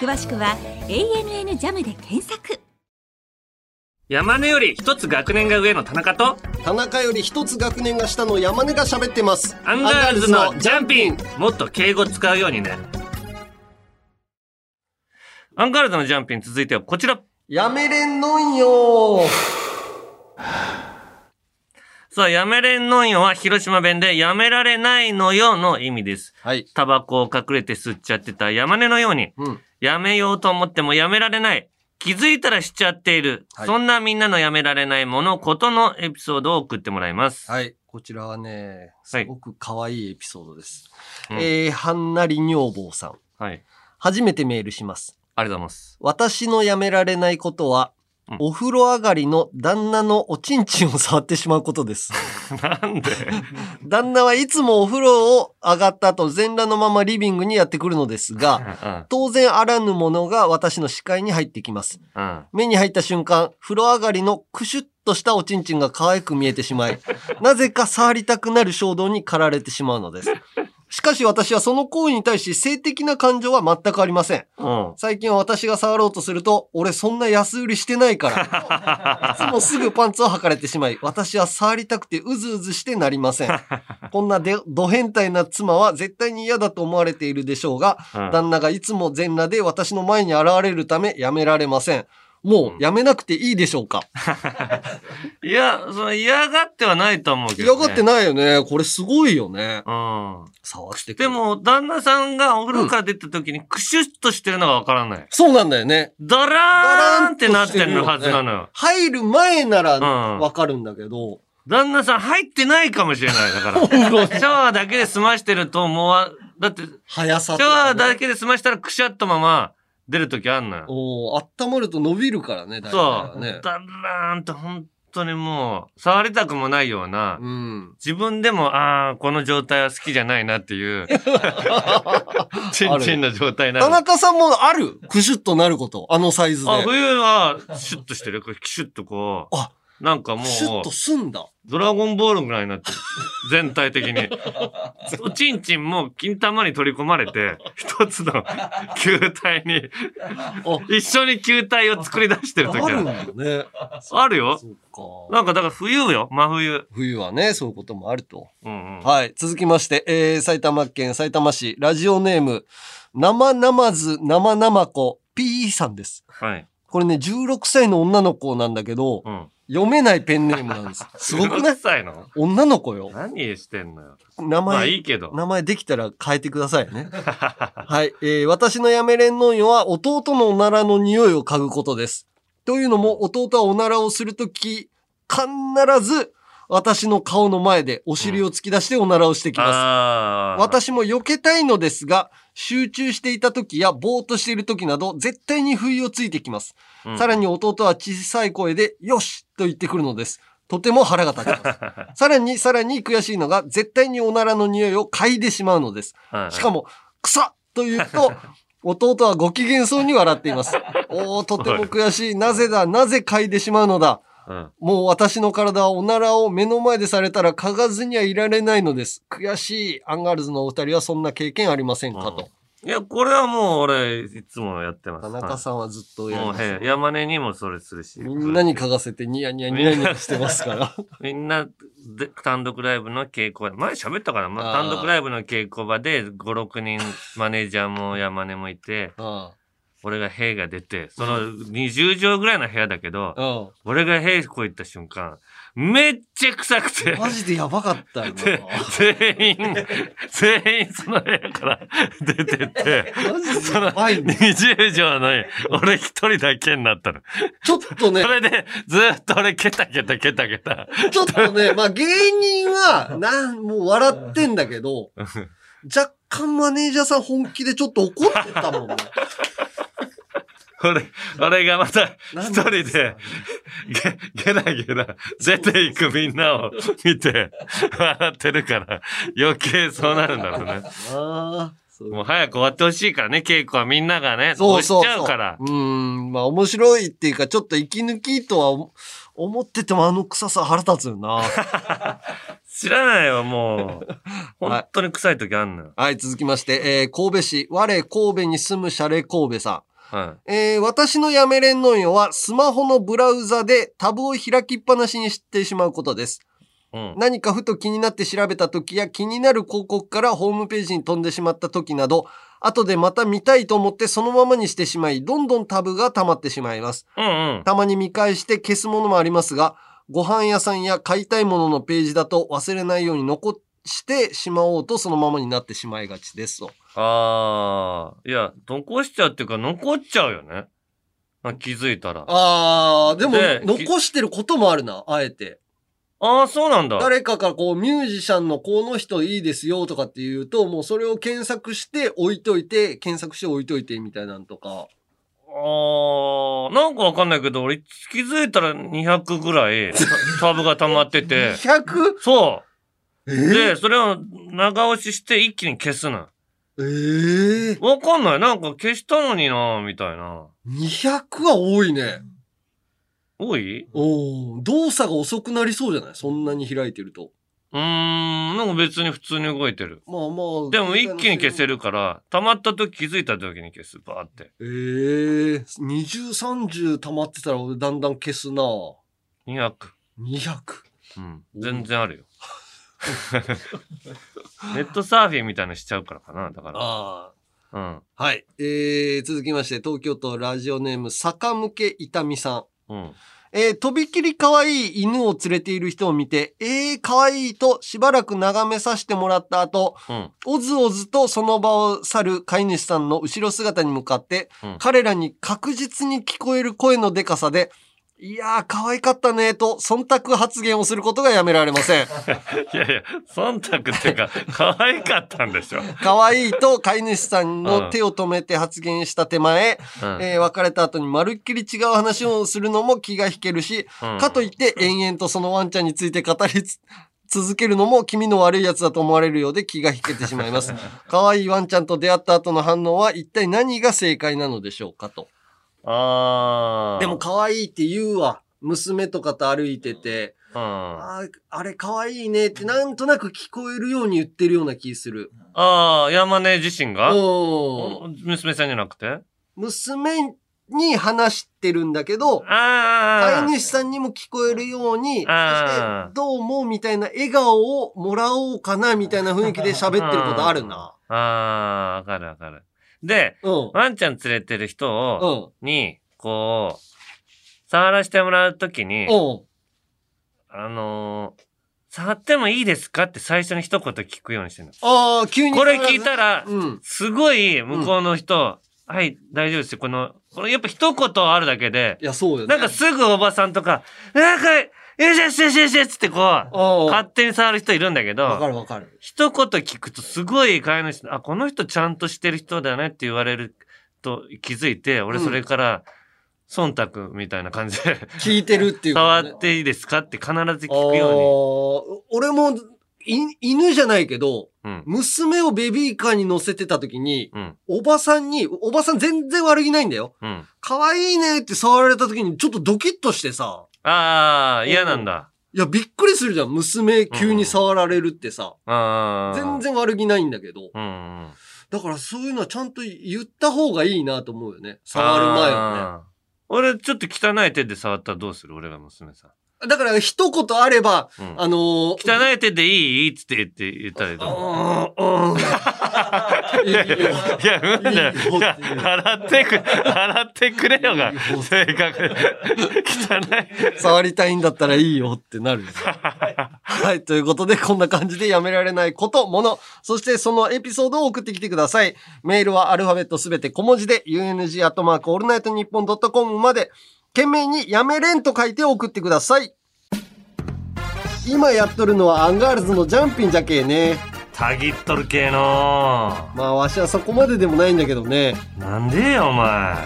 詳しくは「ANN ジャムで検索山根より一つ学年が上の田中と田中より一つ学年が下の山根が喋ってます。アンガールズのジャンピンもっと敬語使うようにねアンガールズのジャンピン続いてはこちらやめれんのんよさあ、やめれんのんよは広島弁で、やめられないのよの意味です。はい。タバコを隠れて吸っちゃってた山根のように、うん。やめようと思ってもやめられない。気づいたらしちゃっている。はいそんなみんなのやめられないもの、ことのエピソードを送ってもらいます。はい。こちらはね、はすいごく可愛いエピソードです。うんえー、はんなり女房さん。はい。初めてメールします。ありがとうございます。 私のやめられないことは、うんお風呂上がりの旦那のおちんちんを触ってしまうことです。なんで旦那はいつもお風呂を上がった後、全裸のままリビングにやってくるのですが、う当然あらぬものが私の視界に入ってきまん。す。うん。目に入った瞬間、風呂上がりのクシュッとしたおちんちんが可愛く見えてしまい、なぜか触りたくなる衝動に駆られてしまうのです。しかし私はその行為に対し性的な感情は全くありません。うん。最近は私が触ろうとすると、俺そんな安売りしてないか ら。いつもすぐパンツを履かれてしまい、私は触りたくてうずうずしてなりま せん。こんなでド変態な妻は絶対に嫌だと思われているでしょうが、うん旦那がいつも全裸で私の前に現れるためやめられません。もうやめなくていいでしょうか、いや、その嫌がってはないと思うけ嫌ど、ね。がってないよね。これすごいよね。うん。触ってくで、るも、旦那さんがお風呂から出た時にクシュッとしてるのがわからない。そうなんだよね。ドラーンってなってるはずなのよ。入る前ならうんわかるんだけど、旦那さん入ってないかもしれない。だ から。シャワーだけで済ましてると思わ、だって、シ速さとャワかーねだけで済ましたらくしゃっとまま出るときあんのよ。おー温まると伸びるからね、大体そはう。ね。ダラーンって本当にもう、触りたくもないような、うん。自分でも、ああ、この状態は好きじゃないなって いう、チンチンの状態な田の。あ、中さんもあるクシュッとなること。あのサイズで。冬は、シュッとしてる。これ、シュッとこう。あなんかもう、シュッとすんだ。ドラゴンボールぐらいになってる。全体的に。おちんちんも金玉に取り込まれて、一つ の球体に、一緒に球体を作り出してる時あるんあるだね。あるよ。そっか。なんかだから冬よ、真冬。冬はね、そういうこともあると。うんうん。はい。続きまして、えー、埼玉県埼玉市、ラジオネーム、生生ず生生子 P さんです。はい。これね、16歳の女の子なんだけど、うん。読めないペンネームなんです。すごくな 16い歳なの女の子よ。何してんのよ。名前、まあいいけど。名前できたら変えてくださいね。 はい。えー私のやめれんのんよは弟のおならの匂いを嗅ぐことです。というのも、弟はおならをするとき、必ず私の顔の前でお尻を突き出しておならをしてきます。ああ。。私も避けたいのですが、集中していた時やぼーっとしている時など、絶対に不意をついてきます。うんさらに弟は小さい声で、よしと言ってくるのです。とても腹が立ち ます。さらに、さらに悔しいのが、絶対におならの匂いを嗅いでしまうのです。しかも、も、草と言うと、弟はご機嫌そうに笑ってい ます。おー、とても悔しい。なぜだ、なぜ嗅いでしまうのだ。うんもう私の体はおならを目の前でされたら嗅がずにはいられないのです。悔しい。アンガールズのお二人はそんな経験ありませんかと。いや、これはもう俺、いつもやってます。田中さんはずっとはいやりもうますよへ山根にもそれするし。みんなに嗅がせてニヤニヤニヤニヤしてますから。みんなで単独ライブの稽古場、前喋ったかな、まあ、あー単独ライブの稽古場で5、6人マネージャーも山根もいて、あ俺が兵が出て、その20畳ぐらいの部屋だけどあ、あ俺が兵こう行った瞬間、めっちゃ臭くてあ。マジでやばかったよ。で 全員、全員その部屋から出てって、マジでやばいね。 20畳の俺一人だけになったの。ちょっとねそ、れでずっと俺ケタケタケタケタ。ちょっとね、まあ芸人は、なん、もう笑ってんだけど、若干マネージャーさん本気でちょっと怒ってたもんね。俺、俺がまたな一んで人で、げ、げらげら出ていくみんなを見て、笑ってるから、余計そうなるんだろうね。ああ。そうもう早く終わってほしいからね、稽古はみんながね、 そうそうそう。押しちゃうからう。ーん、まあ面白いっていうか、ちょっと息抜きとは思思っててもあの臭さ腹立つよ な。知らないよ、もう。本当に臭い時あんのよ。はい、続きまして、えー神戸市、我神戸に住むシャレ神戸さん。はえー私のやめれんのんよは、スマホのブラウザでタブを開きっぱなしにしてしまうことです。い。うん。何かふと気になって調べた時や気になる広告からホームページに飛んでしまった時など、後でまた見たいと思ってそのままにしてしまい、どんどんタブが溜まってしまいます。うんうん。たまに見返して消すものもありますが、ご飯屋さんや買いたいもののページだと忘れないように残してしまおうとそのままになってしまいがちですと。あー。いや、残しちゃうっていうか、残っちゃうよね。まあ気づいたら。ああー、でもで残してることもあるな、あえて。あー、そうなんだ。誰かがこうミュージシャンのこの人いいですよとかって言うと、もうそれを検索して置いといて、検索して置いといてみたいなんとか。あー、なんかわかんないけど、俺気づいたら200ぐら いタブが溜まってて、 100? そう。で、それを長押しして一気に消すな。ええー、わかんない。なんか消したのになみたいな。 200は多いね。多いうおー動作が遅くなりそうじゃないそんなに開いてると。ーん、なんか別に普通に動いてる。まあまあ。でも一気に消せる。るから、溜まった時気づいた時に消す。バーって。ええ20、30溜まってたら俺だんだん消すな200。 200。うん。全然 あるよ。ネットサーフィンみたいなのしちゃうからかな。だかあら。うん。あ。はい。えー、続きまして、東京都ラジオネーム、坂向けいたみさん。うん。えー、とびきり可愛い犬を連れている人を見て、えー、可愛いとしばらく眺めさせてもらった後、うん。おずおずとその場を去る飼い主さんの後ろ姿に向かって、うん彼らに確実に聞こえる声のデカさで、いやー、可愛かったねーと、忖度発言をすることがやめられま せん。いやいや、忖度っていう か、可愛かったんでしょ。可愛いと飼い主さんの手を止めて発言した手前、うんえー別れた後にまるっきり違う話をするのも気が引けるし、うんかといって延々とそのワンちゃんについて語りつ 続けるのも気味の悪いやつだと思われるようで気が引けてしまいます。 可愛いワンちゃんと出会った後の反応は一体何が正解なのでしょうかと。ああ。でも、可愛いって言うわ。娘とかと歩いてて、うんあーあれ可愛いねってなんとなく聞こえるように言ってるような気する。ああ、山根自身がうん。お娘さんじゃなくてあ娘に話してるんだけど、飼あい。主さんにも聞こえるように、そあーしてどうもみたいな笑顔をもらおうかなみたいな雰囲気で喋ってることあるな。ああ、わかるわかる。で、うん。ワンちゃん連れてる人うを、ん。に、こう、触らせてもらうときに、うん。あのー触ってもいいですかって最初に一言聞くようにしてるの。ああ、急に。これ聞いたら、うん。すごい向こうの人、はい、大丈夫ですよ。この、このやっぱ一言あるだけで、いや、そうよね。なんかすぐおばさんとか、なんか、よしよしよしよしっつってこう、うん、わ勝手に触る人いるんだけかど、るわかる。一言聞くとすごい飼い主、あ、この人ちゃんとしてる人だねって言われると気づいて、俺それから、忖度みたいな感じで、聞いてるっていうこと 触ね、っていいですかって必ず聞くよあー俺も、い犬じゃないけど、うに。うん。娘をベビーカーに乗せてた時に、うん。おばさんに、おばさん全然悪気ないんだよ。うん。可愛いねって触られた時にちょっとドキッとしてさ、ああ、嫌なんだ。いや、びっくりするじゃん。娘急に触られるってさ、ああ。全。然悪気ないんだけど。うんうん。だからそういうのはちゃんと言った方がいいなと思うよね。触る前はあー俺ちょっと汚い手で触ったらどうする俺が娘さん。ね。だから一言あれば、うんあの汚ー、い手でいいっつって言って言ったらいいと思うい いややいいややいや、うんだよ。いいよいや洗ってく、洗ってくれよが、正確で。汚触りたいんだったらいいよってなるよね。はい。ということで、こんな感じでやめられないこと、もの、そしてそのエピソードを送ってきてください。メールはアルファベットすべて小文字で、UNG アットマークオールナイトニッポンドットコムまで、懸命にやめれんと書いて送ってください。今やっとるのはアンガールズのジャンピンじゃけえね。い。たぎっとるけえのまあ、わしはそこまででもないんだけどね。なんでよ、お前。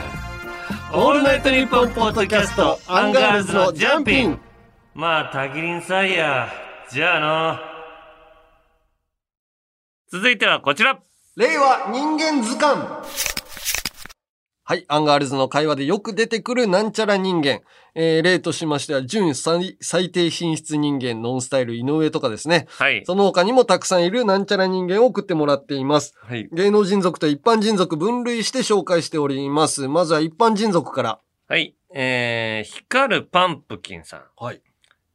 オールナイトニッポンポッドキャスト、アンガールズのジャンピン。。まあ、たぎりんさいや。じゃあの。続いてはこちら。令和人間図鑑はい、アンガールズの会話でよく出てくるなんちゃら人間。えー、例としましては、準最最低品質人間、ノンスタイル井上とかですね。はい。その他にもたくさんいるなんちゃら人間を送ってもらっています。はい。芸能人族と一般人族分類して紹介しております。まずは一般人族から。はい。えー、光るパンプキンさん。はい。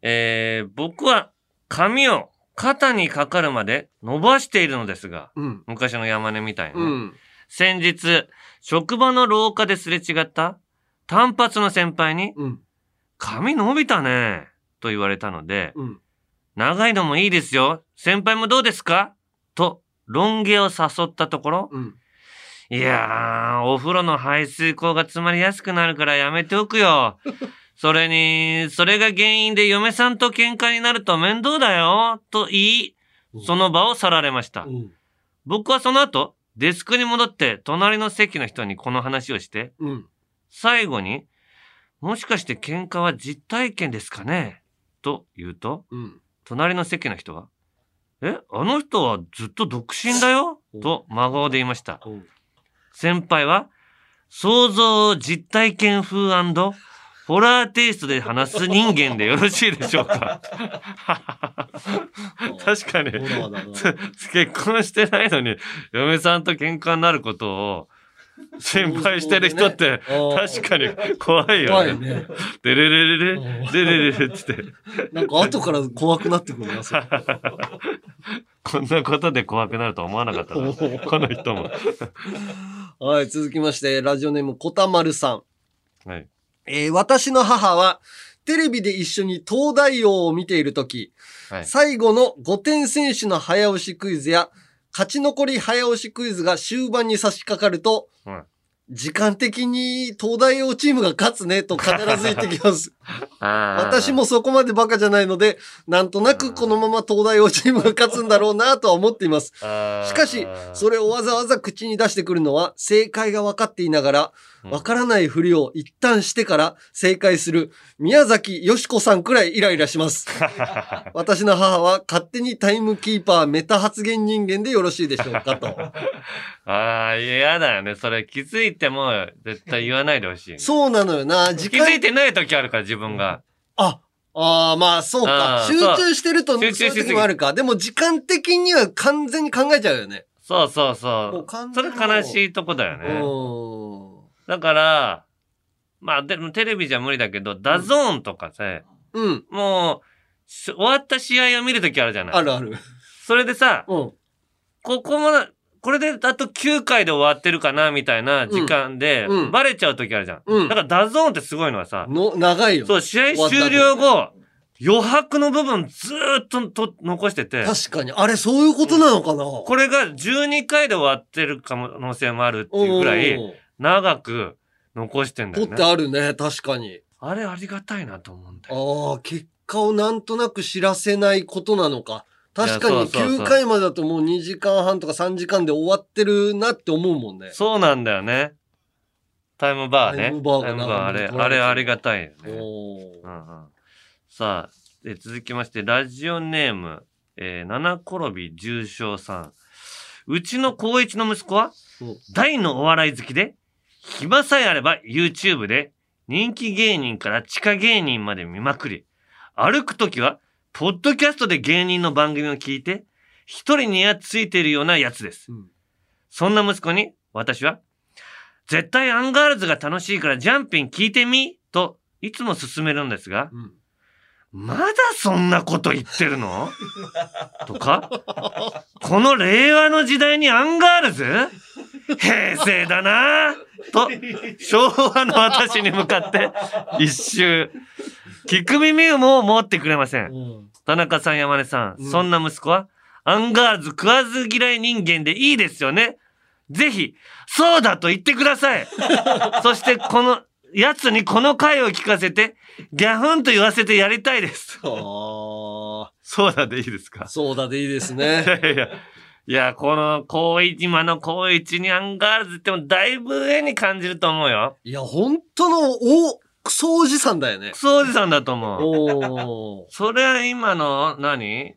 えー、僕は髪を肩にかかるまで伸ばしているのですが、うん。昔の山根みたいにうね、ん。先日、職場の廊下ですれ違った単発の先輩に、うん。髪伸びたね、と言われたので、うん。長いのもいいですよ。先輩もどうですかと、ロン毛を誘ったところ、うん。いやー、お風呂の排水口が詰まりやすくなるからやめておくよ。それに、それが原因で嫁さんと喧嘩になると面倒だよ、と言い、その場を去られましたう。ん。僕はその後、デスクに戻って隣の席の人にこの話をして、うん。最後に、もしかして喧嘩は実体験ですかねと言うと、うん。隣の席の人は、え、あの人はずっと独身だよと真顔で言いました。先輩は、想像実体験風ホラーテイストで話す人間でよろしいでしょうか 確かにホラーだなつ結婚してないのに嫁さんと喧嘩になることを心配してる人って確かに怖いよ怖ね。いね。でれれれれうんでれれれれっつって。なんか後から怖くなってくるな、それこんなことで怖くなるとは思わなかった な。この人も。はい、続きまして、ラジオネーム、こたまるさん。はい。えー私の母は、テレビで一緒に東大王を見ているとき、はい最後の5点選手の早押しクイズや、勝ち残り早押しクイズが終盤に差し掛かると、うん時間的に東大王チームが勝つねと必ず言って きます。私私。もそこまでバカじゃないので、なんとなくこのまま東大王チームが勝つんだろうなとは思っています。ししかし、それをわざわざ口に出してくるのは、正解が分かっていながら、わからないふりを一旦してから正解する宮崎よしこさんくらいイライラ します。私の母は勝手にタイムキーパーメタ発言人間でよろしいでしょうか と。ああ、嫌だよね。それ気づいても絶対言わないでほしいね。そうなのよな。時気づい間。てない時あるから自分が。あ、ああ、まあそうかあ。ー集中してるとそう集中しすぎいう時もあるか。でも時間的には完全に考えちゃうよね。そうそうもうそう。完そ全れに悲しいとこだようね。ん。だから、まあでもテレビじゃ無理だけど、ダゾーンとかさ、うん。もう、す終わった試合を見るときあるじゃなあいるある。それでさ、うん。ここも、これであと9回で終わってるかな、みたいな時間でうんう、んバレちゃうときあるじゃん。うんだからダゾーンってすごいのはさ、の、長いよ。そう、試合終了後、余白の部分ずーっとと残してて、確かに。あれ、そういうことなのかなここれが12回で終わってる可能性もあるっていうぐらい、長く残してんだ取よってね。あるね、確かに。あれありがたいなと思うんだよ。ああ、結果をなんとなく知らせないことなのか。確かいにやそうそうそう9回までだともう2時間半とか3時間で終わってるなって思うもんね。そうなんだよね。タイムバーね。タイムバーが長あめにれ、取らあれてれるありがたいよね。おうーんうんさあ、え続きまして、ラジオネーム、えー七転び重傷さん。うちの高一の息子はうん、大のお笑い好きで、暇さえあれば YouTube で、人気芸人から地下芸人まで見まくり、歩くときは、ポッドキャストで芸人の番組を聞いて、一人にやついているようなやつです。うんそんな息子に、私は、絶対アンガールズが楽しいからジャンピン聞いてみと、いつも勧めるんですが、うんまだそんなこと言ってるのとか、この令和の時代にアンガールズ平成だなと、昭和の私に向かって一周。聞く耳も持ってくれません。うん田中さん、山根さん、うんそんな息子は、アンガールズ食わず嫌い人間でいいですよね。ぜひ、そうだと言ってください。そして、この、奴にこの回を聞かせて、ギャフンと言わせてやりたいです。あそうだでいいですあ、かそうだでいいですいね。 やいや、いや、この、高一、今の高一にアンガールズってもだいぶ上に感じると思うよ。いや、本当の、お、クソおじさんだよねク。ソおじさんだと思う。おーそれは今の何、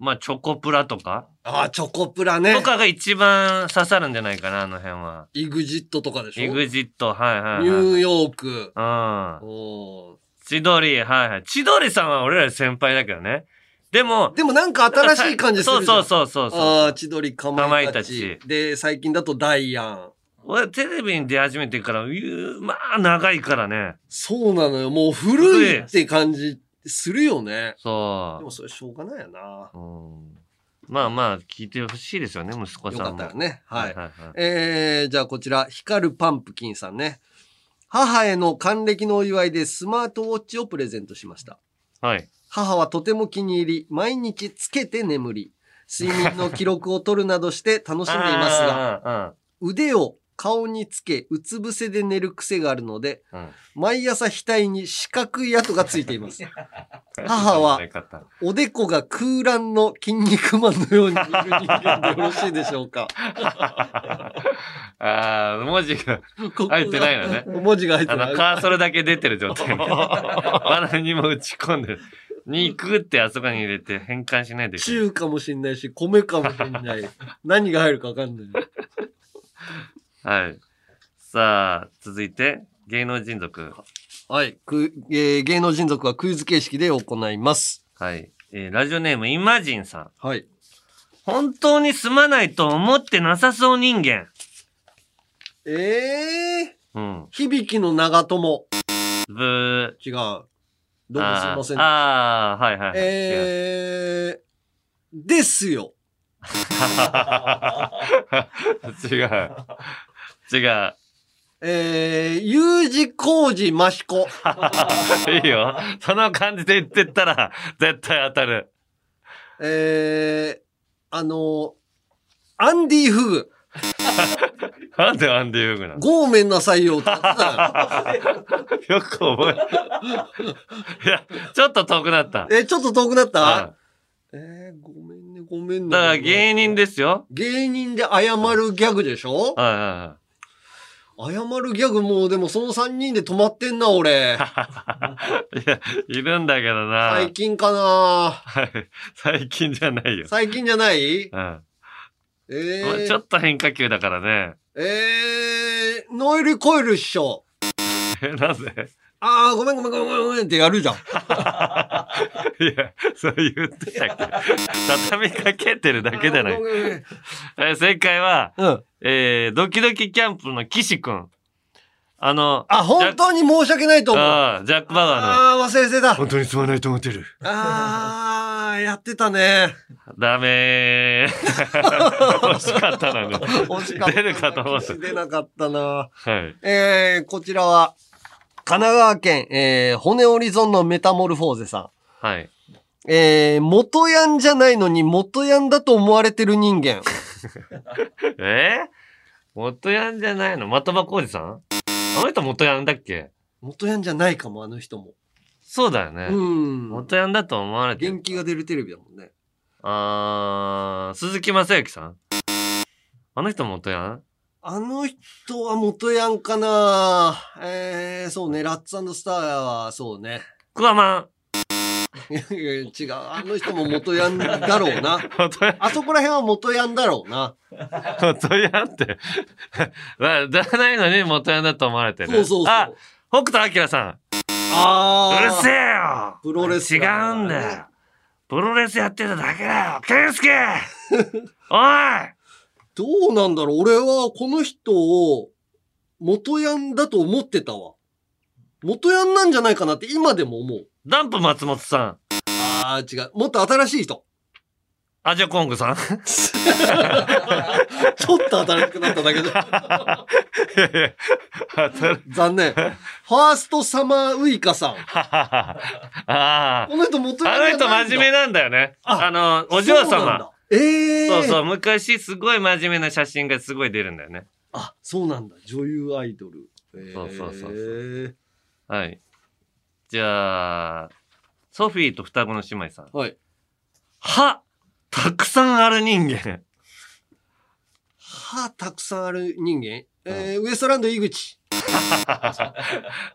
まあ、チョコプラとかああ、チョコプラねと。かが一番刺さるんじゃないかな、あの辺は。イグジットとかでしょエニグジット、はいはい、ューはい。ヨーク。うん。おー千鳥、はいはい。千鳥さんは俺ら先輩だけどね。でも、でもなんか新しい感じするじゃん。そうそうそうそうあそあ、う。千鳥かまいたちかまいた。で、最近だとダイアン。俺テレビに出始めてから、ゆうまあ長いからね。そうなのよ。もう古いって感じするよね。そでもそれしょうがないよな。う。うん、まあまあ、聞いてほしいですよね、息子よさかんっも。たらね。はい。はいはいえー、じゃあこちら、光るパンプキンさんね。母への還暦のお祝いでスマートウォッチをプレゼントしました。はい。はい。母はとても気に入り、毎日つけて眠り、睡眠の記録を取るなどして楽しんでいますが、が。腕を顔につけ、うつ伏せで寝る癖があるので、うんうん。毎朝額に四角い跡がついています。母はよかったおでこが空欄の筋肉マンのようにいる人間でよろしいでしょうか。ああ、文字が 入ってないのね。文字が入ってあなの、い。カーソルだけ出てる状 態。まだにも打ち込んでる。肉ってあそこに入れて変換しないといけない。中かもしんないし、米かもしん ない。何が入るかわかんない。はい。さあ、続いて、芸能人族。はい。くえー芸能人族はクイズ形式で行います。はい。えーラジオネーム、イマジンさん。はい。本当にすまないと思ってなさそう人間。えー、うん。響きの長友。ブー。違う。どうもすいません。あーあー、はいはいはい。違うえー、ですよ。違う。違う。 えー、U 字工事益 子。いいよ。その感じで言ってったら、絶対当たる。えー、あのーアンディ・フグ。なんでアンディ・ウーグなのごめんなさ いよって言ってたよく覚えいや、ちょっと遠くなった。よ。え、ちょっと遠くなっうたんえー、ごめんね、ごめんね。だから芸人で。ですよ。芸人で謝るギャグでしょうんうんうん謝るギャグもうでもその3人で止まってんな、俺。いや、いるんだけどな。最近かなはい 最近じゃないよ。最近じゃないうんえちょー、っと変化球だからね。えー、ノエル・コイルっしょ。え、 なぜあー、ごめんごめんごめんごめんってやるじゃん。いや、そう言ってたっけ 畳みかけてるだけじゃなあいー。ごめんごめんえ正解は、うん。えー、ドキドキキャンプの岸くん。あの、あ、本当に申し訳ないと思う。ああージャック・バウアーの。あー、忘れてた。本当にすまないと思ってる。あー、やってたね。ダメー。 惜しかったな、ね。惜しかった出な。るかと思った出なかったな。はい。えー、こちらは、神奈川県、えー、骨折り損のメタモルフォーゼさん。はい。えー、元ヤンじゃないのに元ヤンだと思われてる人間。えー、元ヤンじゃないの的場浩二さんあの人元ヤンだっけ元ヤンじゃないかも、あの人も。そうだよね。うん。元ヤンだと思われて元る。気が出るテレビだもんね。あー、鈴木正幸さんあの人元ヤンあの人は元ヤンかなえー、そうね、ラッツスターはそうね。 クワマン。いやいや違う、あの人も元ヤンだろうな。 元ヤンあそこら辺は元ヤンだろうな。元ヤン って。だじゃないのに元ヤンだと思われてる。そうそうそう。あ、北斗晶さん。あうーるせえよプロレス違ラーうんだねよ。プロレスやってただけだよ健介 おいどうなんだろう俺はこの人を元ヤンだと思ってたわ。元ヤンなんじゃないかなって今でも思う。ダンプ松本さん。ああ、違う。もっと新しい人。 アジャコングさんちょっと新しくなっただけで。いやいや当たる残念。ファーストサマーウイカさん。 ああ。この人元ヤあのンじ人ゃないんだ。真面目なんだよね。ああの、お嬢そうなん様。だ。ええー。そうそう、昔すごい真面目な写真がすごい出るんだよね。あ、そうなんだ。女優アイドル。えそうそうそうそうーはい。じゃあ、ソフィーと双子の姉妹さん。はい。歯たくさんある人 間。歯たくさんある人間。えー、ウエストランド井口。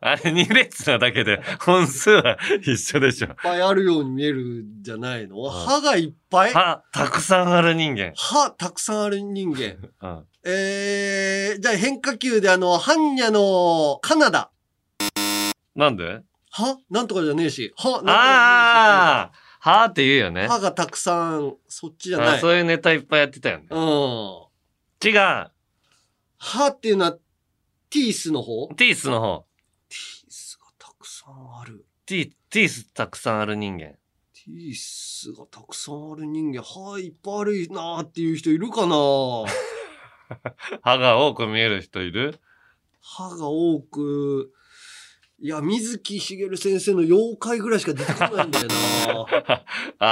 あれ2列なだけで本数は一緒でしょ。いっぱいあるように見えるんじゃないの歯がいっぱい歯たくさんある人間。歯たくさんある人間。うん。えー、じゃあ変化球であの、ハンニャのカナダ。なんで歯なんとかじゃねえし。歯なんとかじゃああ歯って言うよねえねし。。歯がたくさん、そっちじゃあない。そういうネタいっぱいやってたよね。うん。違う歯っていうのは、ティースの方テティースの方。ィースがたくさんある。ティティースたくさんある人間。ティースがたくさんある人間、歯いっぱいあるなーっていう人いるかな歯が多く見える人いる歯が多く、いや、水木しげる先生の妖怪ぐらいしか出てこないんだよな。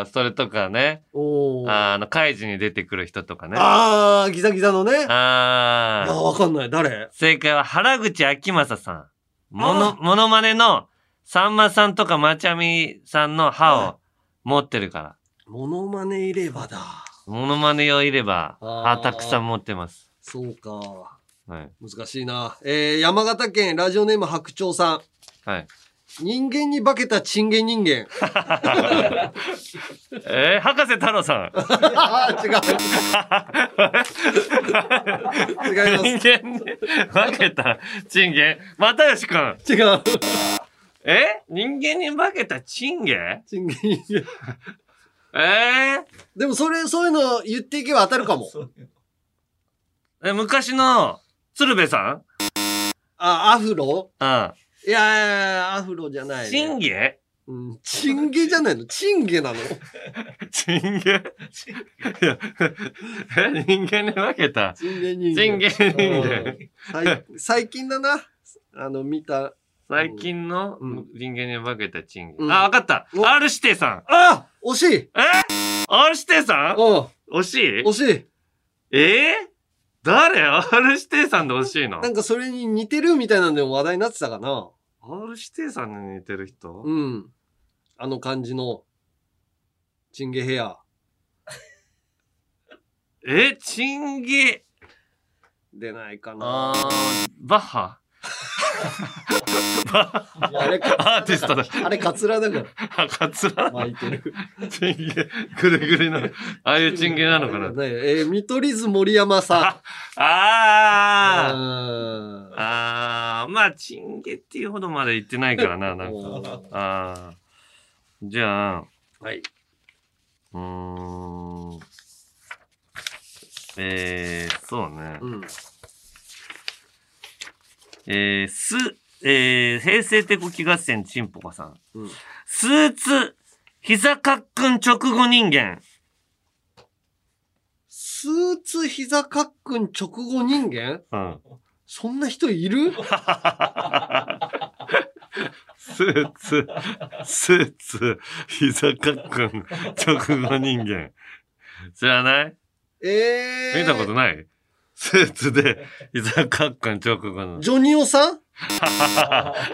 あ あ、それとかね。おーあーあの、カイジに出てくる人とかね。ああー、ギザギザのね。ああー、ー。わかんない。誰正解は原口あきまささん。もあの、ものまねの、さんまさんとかまちゃみさんの歯を持ってるから。モノマネいればだ。ものまね用いれば、あー歯たくさん持ってます。そうか。はい。難しいな。えー、山形県ラジオネーム白鳥さん。 はい。人間に化けたチンゲン人間。えー、博士太郎さん。あー違う。違いま人間に化けたチンゲン。又吉くん。す。違う。え人間に化けたチンゲンチンゲン人間。えでもそれ、そういうの言っていけば当たるかも。ー、え昔の鶴瓶さんあ、アフロあいやいやいやアフロじゃない、あね。チンゲうん、チンゲじゃないのチンゲなのチンゲいやえ人間に化けたチンゲ人チンゲ間。人う間ん最最近だな。あの、見た。最近のうん人間に化けたチンゲ、うんあ、わかったお !R 指定さんあ惜しい !R 指定さうん惜しい惜しいえー、誰 ?R 指定さんで惜しいのなんかそれに似てるみたいなんでも話題になってたかな。 ?R 指定さんに似てる人うん。あの感じの、チンゲヘア。えチンゲ出ないかなあーバッハあ れかアーティストだ。あれカツラだかあカツらラ巻いてるチンゲ、ぐるぐるの、ああいうチンゲなのかな。ねえー見取り図森山さんあーああー、まあ、チンゲっていうほどまで行ってないから な、なんか。ああ。じゃあ、はいうーん。えー、そうね。うんえー、す、えー、平成帝国合戦チンポカさん。うんスーツ、膝かっくん直後人間。スーツ膝かっくん直後人間うん。そんな人いるスーツ、スーツ、膝かっくん直後人間。知らないえー、見たことないスーツで膝かっくん直後の。 ジョニオさん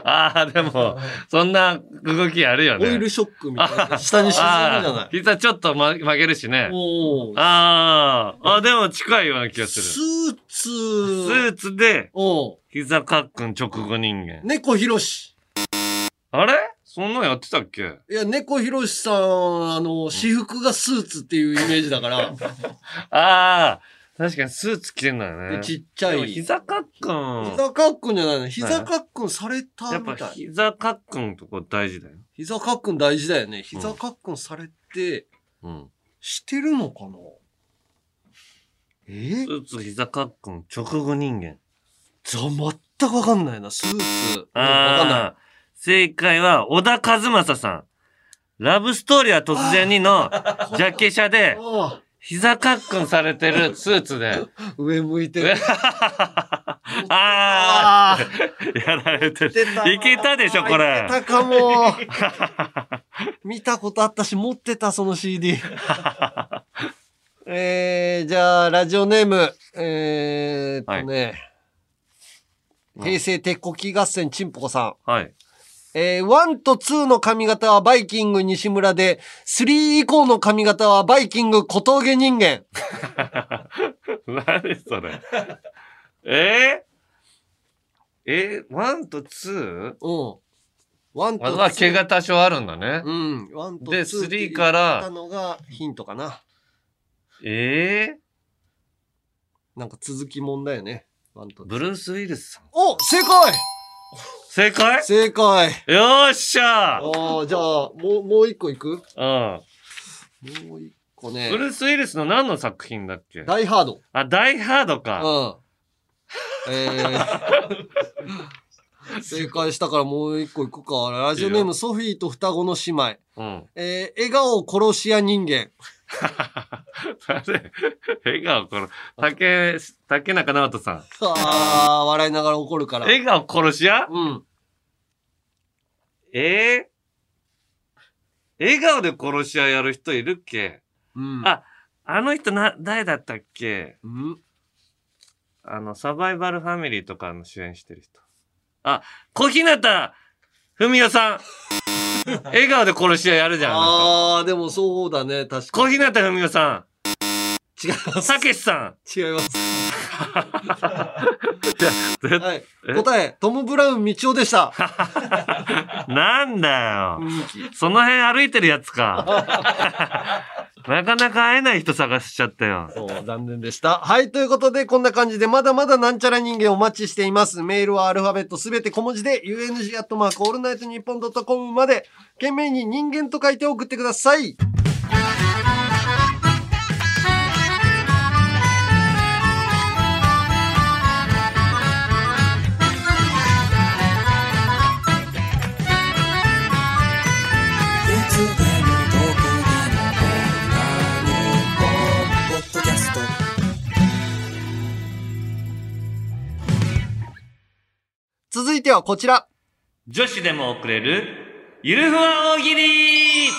ああ、でも、そんな動きあるよオね。イルショックみたいな。下に沈むじゃあなー膝ちょっとま曲げるしねい。。おーあーあ、でも近いような気がする。ススーツ。ーツでおう膝かっくん直後人間。猫ひろし。あれそんなんやってたっけいや、猫ひろしさん、あの、私服がスーツっていうイメージ だかあら、あ、確かにスーツ着てんだよでね。ちっちゃでもい。膝かっくん。膝かっくんじゃないの。膝かっくんされたやっぱみたい。膝かっくんとこ大事だよ。膝かっくん大事だよね。膝かっくんされて、うん。してるのかなえスーツ膝かっくん直後人間。ざ、全くわかんないな。スーツ。わかんないああ、正解は小田和正さん。ラブストーリーは突然に のジャケ写。であ膝かっくんされてるスーツで。あ上向いてる。ああ、ああ。やられてる。出たいけたでしょこれいけたか も。見たことあったし、持ってた、その CD。えー、じゃあ、ラジオネーム、えーっとね、うん平成鉄骨合戦ちんぽこさん。はい。えー、1と2の髪型はバイキング西村で、3以降の髪型はバイキング小峠人間。何それ。えー、えー、ワンとツーうん。1とまあ、毛2。が多少あるんだね。うん。1と2。で3からたのがヒントかな。ええなんか続きもんだよね。ワンとブルース・ウィルスさん。お正解正解正解よっしゃうん。ああ、じゃあ、もう、もう一個いくもう一個ねブ。ルース・ウィルスの何の作品だっけダイハード。あ、ダイ・ハードか。うん。え ー正解したからもう一個いくか。ラジオネームソフィーと双子の姉妹。うん。 えー、笑顔殺し屋人間。誰笑顔殺、竹、竹中直人さん。ああ、笑いながら怒るから。笑顔殺し屋うん。ええ笑顔で殺し屋やる人いるっけうん。ああの人な、誰だったっけうん。あの、サバイバルファミリーとかの主演してる人。あ、小日向文世 さん。笑顔で殺し屋やるじゃん。あの人ああ、でもそうだね。確か小に。日向文世さ違いまん。す。たけしさ違い ます。ん。ぜはいえ。答え、トム・ブラウン・道夫 でした。なんだよ。雰囲気。その辺歩いてるやつ か。なかなか会えない人探しちゃったよ。そう、残念でした。はい、ということで、こんな感じで、まだまだなんちゃら人間お待ちしています。メールはアルファベットすべて小文字で、UNG アットマークオールナイトニッポンドットコムまで、懸命に人間と書いて送ってください。続いてはこちら。女子でも送れる、ゆるふわ大喜利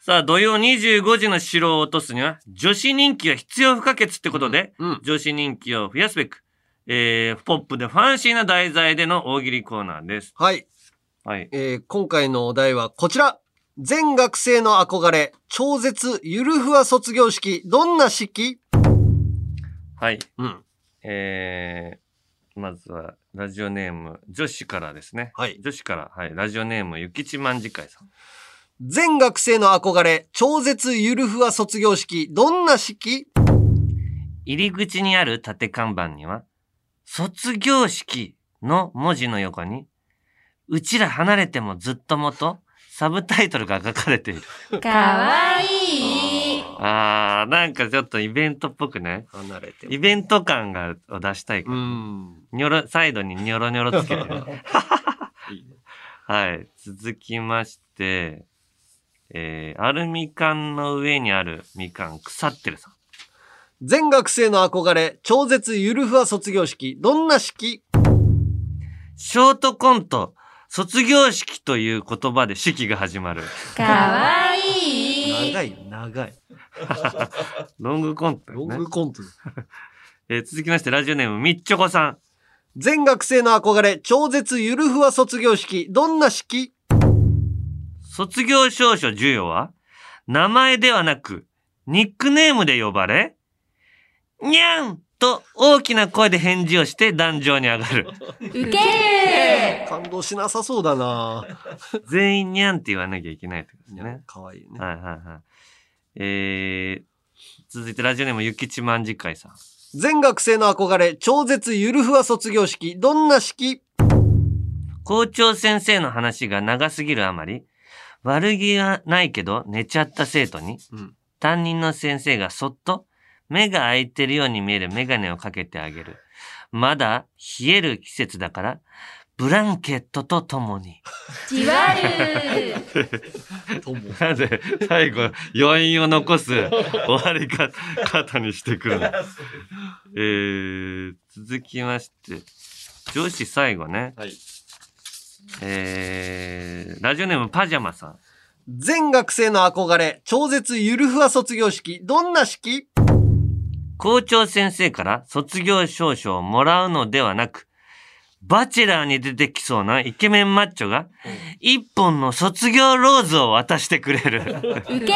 さあ、土曜25時の城を落とすには、女子人気は必要不可欠ってことで、うん。女子人気を増やすべく、えー、ポップでファンシーな題材での大喜利コーナーです。はい。はい。えー今回のお題はこちら。全学生の憧れ、超絶ゆるふわ卒業式、どんな式はい。うん。えー、まずは、ラジオネーム、女子からですね。はい。女子から、はい。ラジオネーム、ゆきちまんじかいさん。全学生の憧れ、超絶ゆるふわ卒業式、どんな式入り口にある縦看板には、卒業式の文字の横に、うちら離れてもずっともと、サブタイトルが書かれている。かわいいあー、なんかちょっとイベントっぽくね。離れてイ。ベント感がを出したいかうら。ん。ニョロ、サイドにニョロニョロつ けてね。はい。続きまして、えー、アルミ缶の上にあるみかん腐ってるさん。全学生の憧れ、超絶ゆるふわ卒業式、どんな式ショートコント、卒業式という言葉で式が始まる。かわい長いよ、長い。ロングコント、ロンねグコント。えー続きまして、ラジオネームみっちょこさん。全学生の憧れ、超絶ゆるふわ卒業式、どんな式卒業証書授与は、名前ではなく、ニックネームで呼ばれ、にゃんと大きな声で返事をして壇上に上が る。ウケる感動しなさそうだな全員にゃんって言わなきゃいけないってことですね。かわいいね。はいはいはい。えー、続いてラジオネームゆきちまんじかいさん。全学生の憧れ、超絶ゆるふわ卒業式、どんな式校長先生の話が長すぎるあまり、悪気はないけど寝ちゃった生徒に、うん担任の先生がそっと目が開いてるように見えるメガネをかけてあげる。まだ冷える季節だから、ブランケットとともに。じわるなんで最後余韻を残す終わりか方にして くるの、えー、続きまして女子最後ね、はいえー、ラジオネームパジャマさん全学生の憧れ、超絶ゆるふわ卒業式、どんな式校長先生から卒業証書をもらうのではなくバチェラーに出てきそうなイケメンマッチョが一本の卒業ローズを渡してくれるウケ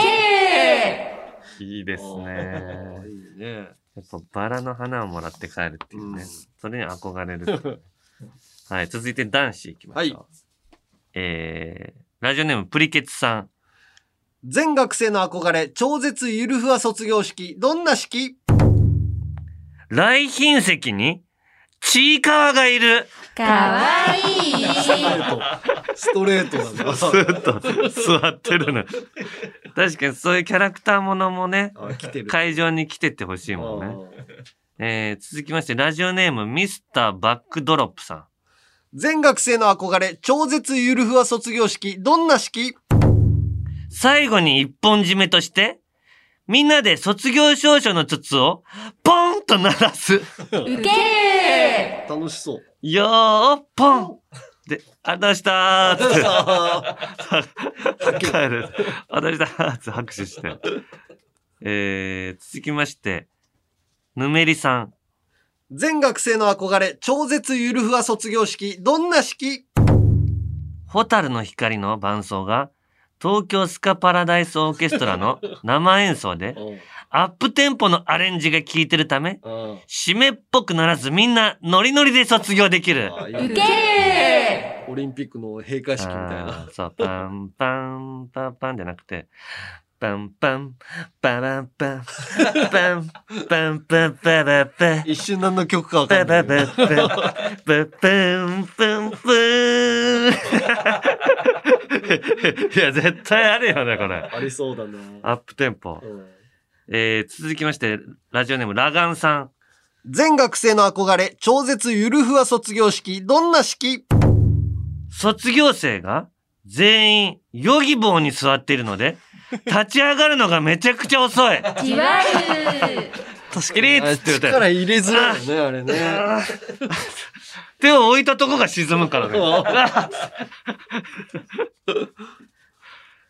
るいいですねいいね。やっぱバラの花をもらって帰るっていうね。うんそれに憧れるって いうね、はい、続いて男子いきましょう。はえー、ラジオネームプリケツさん。全学生の憧れ、超絶ゆるふわ卒業式、どんな式来賓席に、ちいかわがい る。かわいいストレートだスーッと座ってるの。確かにそういうキャラクターものもね、な。来てる。会場に来てってほしいもんね。えー、続きまして、ラジオネームミスターバックドロップさん。全学生の憧れ、超絶ゆるふわ卒業式、どんな式最後に一本締めとして、みんなで卒業証書の筒をポンと鳴らす。ウケる楽しそう。よー、ポンで、あどうしたーっつって、帰る。あどうしたーっつって拍手して。えー、続きまして、ぬめりさん。全学生の憧れ、超絶ゆるふわ卒業式、どんな式ホタルの光の伴奏が、東京スカパラダイスオーケストラ の生演奏で、アップテンポのアレンジが効いてるため、締めっぽくならずみんなノリノリで卒業できる。ウケるオリンピックの閉会式みたいあな。ーそう、パンパンパンパンじゃなくて、パンパンパランパン、パンパンパンパラパン。一瞬何の曲 かわかパんなパいけど。パパパパンパンパン。いや、絶対あるよね、これ。ありそうだな。アップテンポ。えー、続きまして、ラジオネーム、ラガンさん。全学生の憧れ、超絶ゆるふわ卒業式、どんな式卒業生が全員、ヨギ棒に座っているので、立ち上がるのがめちゃくちゃ遅い。じわる確かにあれ力入れづらいよね、あれね。 手を置いたとこが沈むから ね。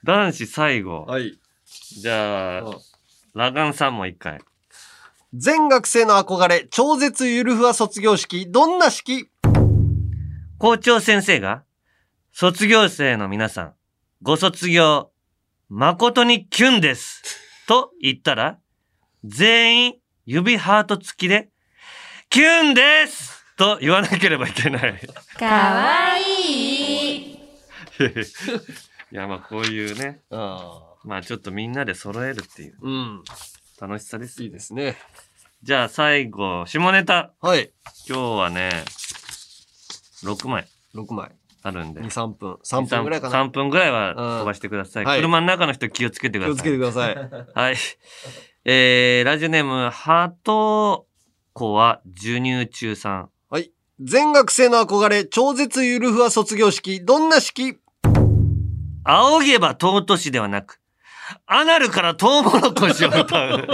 男子最後。はい。じゃあ、ラガンさんも一回。全学生の憧れ、超絶ゆるふわ卒業式、どんな式校長先生が、卒業生の皆さん、ご卒業、誠にキュンです。と言ったら、全員、指ハート付きで、キュンですと言わなければいけない。かわいいいやいや いや、まあこういうね、あまあちょっとみんなで揃えるっていうーうん。楽しさですい。いですね。じゃあ最後、下ネタ。はい。今日はね、6枚6枚。あるんで2、。3分。3分ぐらいかな。 3分ぐらいは飛ばしてください。うんはい車の中の人気をつけてくださ気い。をつけてください。はい。えー、ラジオネーム、ハトコは授乳中さん。全学生の憧れ、超絶ゆるふわ卒業式、どんな式仰げば尊しではなく、アナルからトウモロコシを歌う。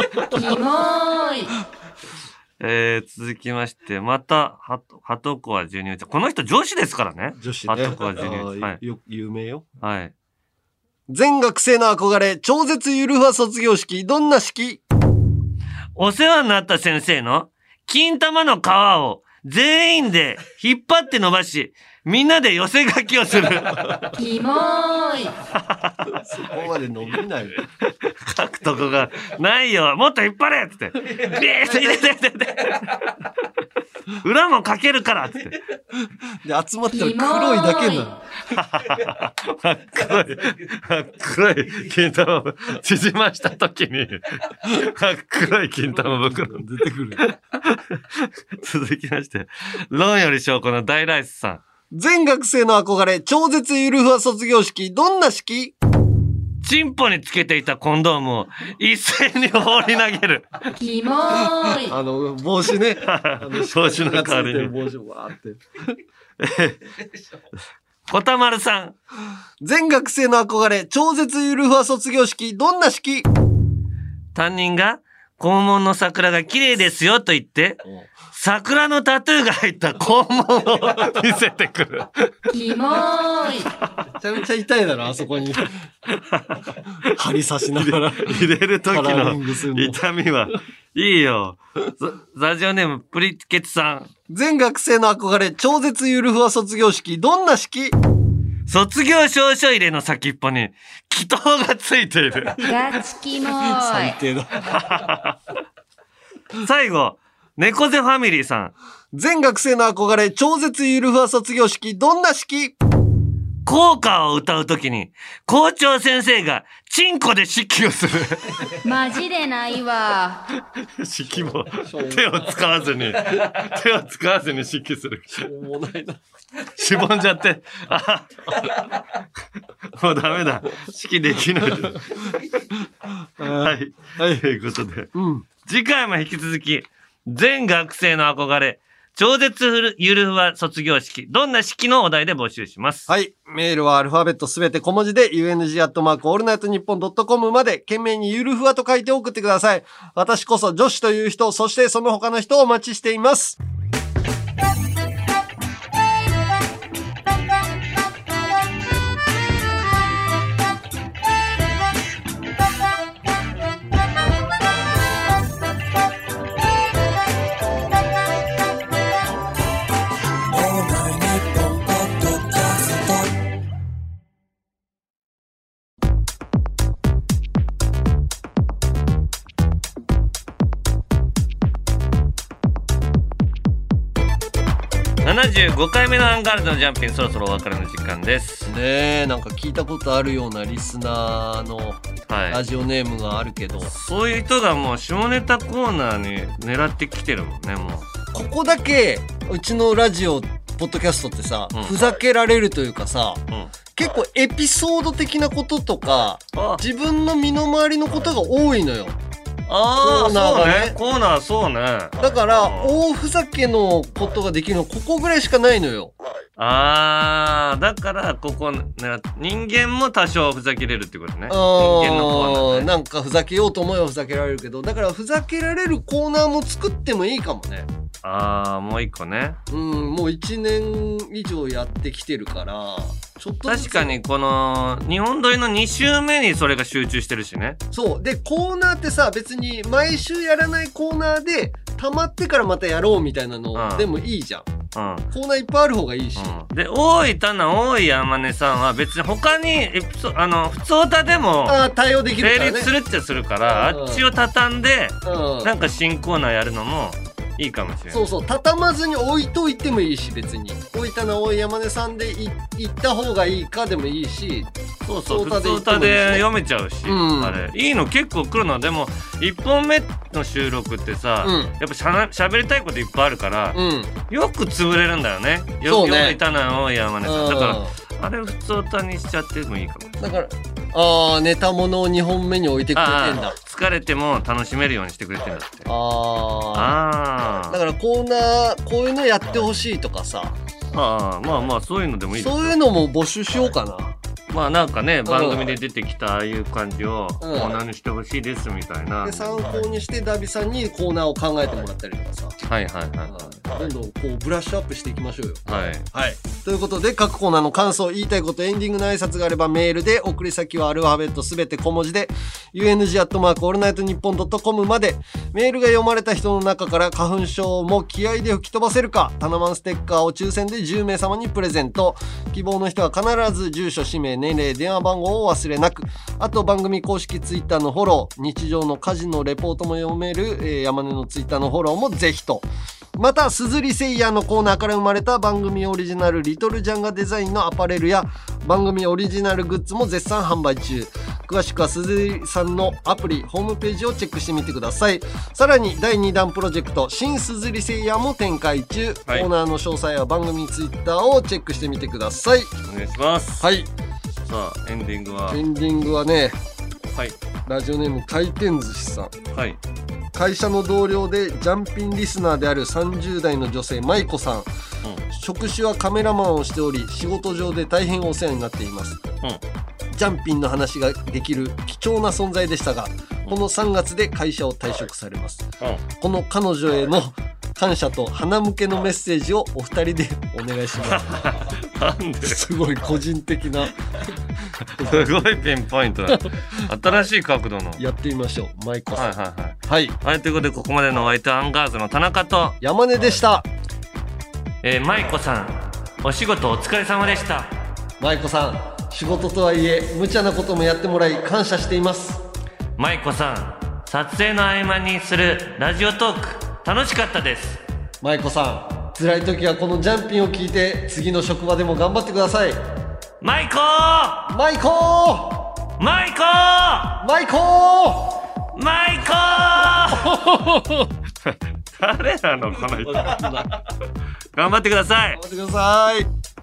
えー、続きまして、また、ハトハトコは授乳中。この人女子ですからね。女子ねあとこは授乳あーはいよ、有名よ。はい。全学生の憧れ、超絶ゆるふわ卒業式、どんな式お世話になった先生の金玉の皮を全員で引っ張って伸ばし、みんなで寄せ書きをする。そこまで伸びない。書くとこがないよ。もっと引っ張れっつ って。ビーッて入れて入れて入れて。裏も書けるからっつって。 で、集まったら黒いだけなの。真っ黒い、真っ黒い金玉を縮ました時に、真っ黒い金玉袋。出てくる。続きまして、論より証拠の大ライスさん。全学生の憧れ、超絶ゆるふわ卒業式、どんな式チンポにつけていたコンドームを一斉に放り投げる。あの、帽子ね。調子のがつい代わてりるに。帽子、わーって。こたまるさん。全学生の憧れ、超絶ゆるふわ卒業式、どんな式担任が肛門の桜が綺麗ですよと言って、桜のタトゥーが入った肛門を見せてくる。 めちゃめちゃ痛い だろ、あそこに。針刺しなが ら。入れる時カラーリンのグするの痛みは、いいよ。ザラジオネームプリケツさん。全学生の憧れ、超絶ゆるふわ卒業式、どんな式卒業証書入れの先っぽに、祈祷がついている。最低だ。最後、猫背ファミリーさん。全学生の憧れ、超絶ゆるふわ卒業式、どんな式効果を歌うときに、校長先生が、チンコで指揮をする。マジでないわ。指揮も、手を使わずに、手を使わずに指揮する。もうないな。しぼんじゃって、あもうダメだ。指揮できない。はい。はい、ということで、うん。次回も引き続き、全学生の憧れ、超絶ゆるふわ卒業式、どんな式のお題で募集します。はい。メールはアルファベットすべて小文字で、ung.allnightnippon.com まで、懸命にゆるふわと書いて送ってください。私こそ女子という人、そしてその他の人をお待ちしています。 75回目のアンガールズのジャンピング、そろそろお別れの時間です。ねえ、なんか聞いたことあるようなリスナーのはラい。ジオネームがあるけど、そういう人がもう下ネタコーナーに狙ってきてるもんね、もう。ここだけ、うちのラジオ、ポッドキャストってさ、うんふざけられるというかさ、うん結構エピソード的なこととか、あ自分の身の回りのことが多いのよ。あー、コーナそーうがねね。コーナー、そうね。だから、うん大ふざけのことができるの、ここぐらいしかないのよ。あーだからここ狙って人間も多少ふざけれるってことね人間のコーナーうん、ねなんかふざけようと思えばふざけられるけど、だからふざけられるコーナーも作ってもいいかもね。ああもう一個ねうん、もう1年以上やってきてるから、ちょっとず確つか。にこの日本撮りの2週目にそれが集中してるしねそう。で、コーナーってさ、別に毎週やらないコーナーで、溜まってからまたやろうみたいなうのんでもいいじゃん。うんコーナーいっぱいある方がいいし、で大分の大井天音さんは別に他にエピソあの普通歌でもああ対応できる成からね立するっちゃするからうあんっちを畳んでうんなんか新コーナーやるのもいいかもしれなそいうそう畳まずに置いといてもいいし別に置いたの大山根さんでい行った方がいいかでもいいしそうそう普通行って歌もいいしねで読めちゃうしうんあれいいの結構来るのでも1本目の収録ってさうんやっぱしゃな喋りたいこといっぱいあるからうんよく潰れるんだよねそよう大ね分の大井天音さんだうかんらあれ普通歌にしちゃってもいいかもだからああネタものを2本目に置いてくれてんだああ疲れても楽しめるようにしてくれてるんだってあああだーからコーナーこういうのやってほしいとかさあーまあまあそういうのでもいいですよそういうのも募集しようかなまあなんかね番組で出てきたああいう感じをうこんんなにしてほしいですみたいなはでい参考にしてダビさんにコーナーを考えてもらったりとかさ、はいはうんどんどんこうブラッシュアップしていきましょうよいはいはい。ということで、各コーナーの感想、言いたいこと、エンディングの挨拶があればメールで、送り先はアルファベットすべて小文字で、UNG アットマークオールナイトニッポンドットコムまで、メールが読まれた人の中から花粉症も気合で吹き飛ばせるか、タナマンステッカーを抽選で10名様にプレゼント。希望の人は必ず住所、氏名、年齢、電話番号を忘れなく、あと番組公式ツイッターのフォロー、日常の家事のレポートも読める、えー山根のツイッターのフォローもぜひと。また、鈴りせいやのコーナーから生まれた番組オリジナルリトルジャンガデザインのアパレルや番組オリジナルグッズも絶賛販売中。詳しくは鈴りさんのアプリ、ホームページをチェックしてみてください。さらに、第2弾プロジェクト、新鈴りせいやも展開中。はいコーナーの詳細は番組ツイッターをチェックしてみてください。お願いしますはい。さあエンディングはエンディングはね、はいラジオネーム回転寿司さん。はい会社の同僚でジャンピンリスナーである30代の女性舞子さん、職種はカメラマンをしており仕事上で大変お世話になっています、ジャンピンの話ができる貴重な存在でしたがこの3月で会社を退職されます、うこの彼女への感謝と鼻向けのメッセージをお二人でお願いします なんですすごい個人的なごいピンポイント だ新しい角度のはいやってみましょう舞子さはんいはい、はいはいということでここまでのお相手はアンガールズの田中と山根でしたえー舞子さんお仕事お疲れ様でした舞子さん仕事とはいえ無茶なこともやってもらい感謝しています舞子さん撮影の合間にするラジオトーク楽しかったです舞子さん辛い時はこのジャンピンを聞いて次の職場でも頑張ってください舞子舞子ー舞子舞子ー舞 子 誰なのこの人頑張ってください頑張ってください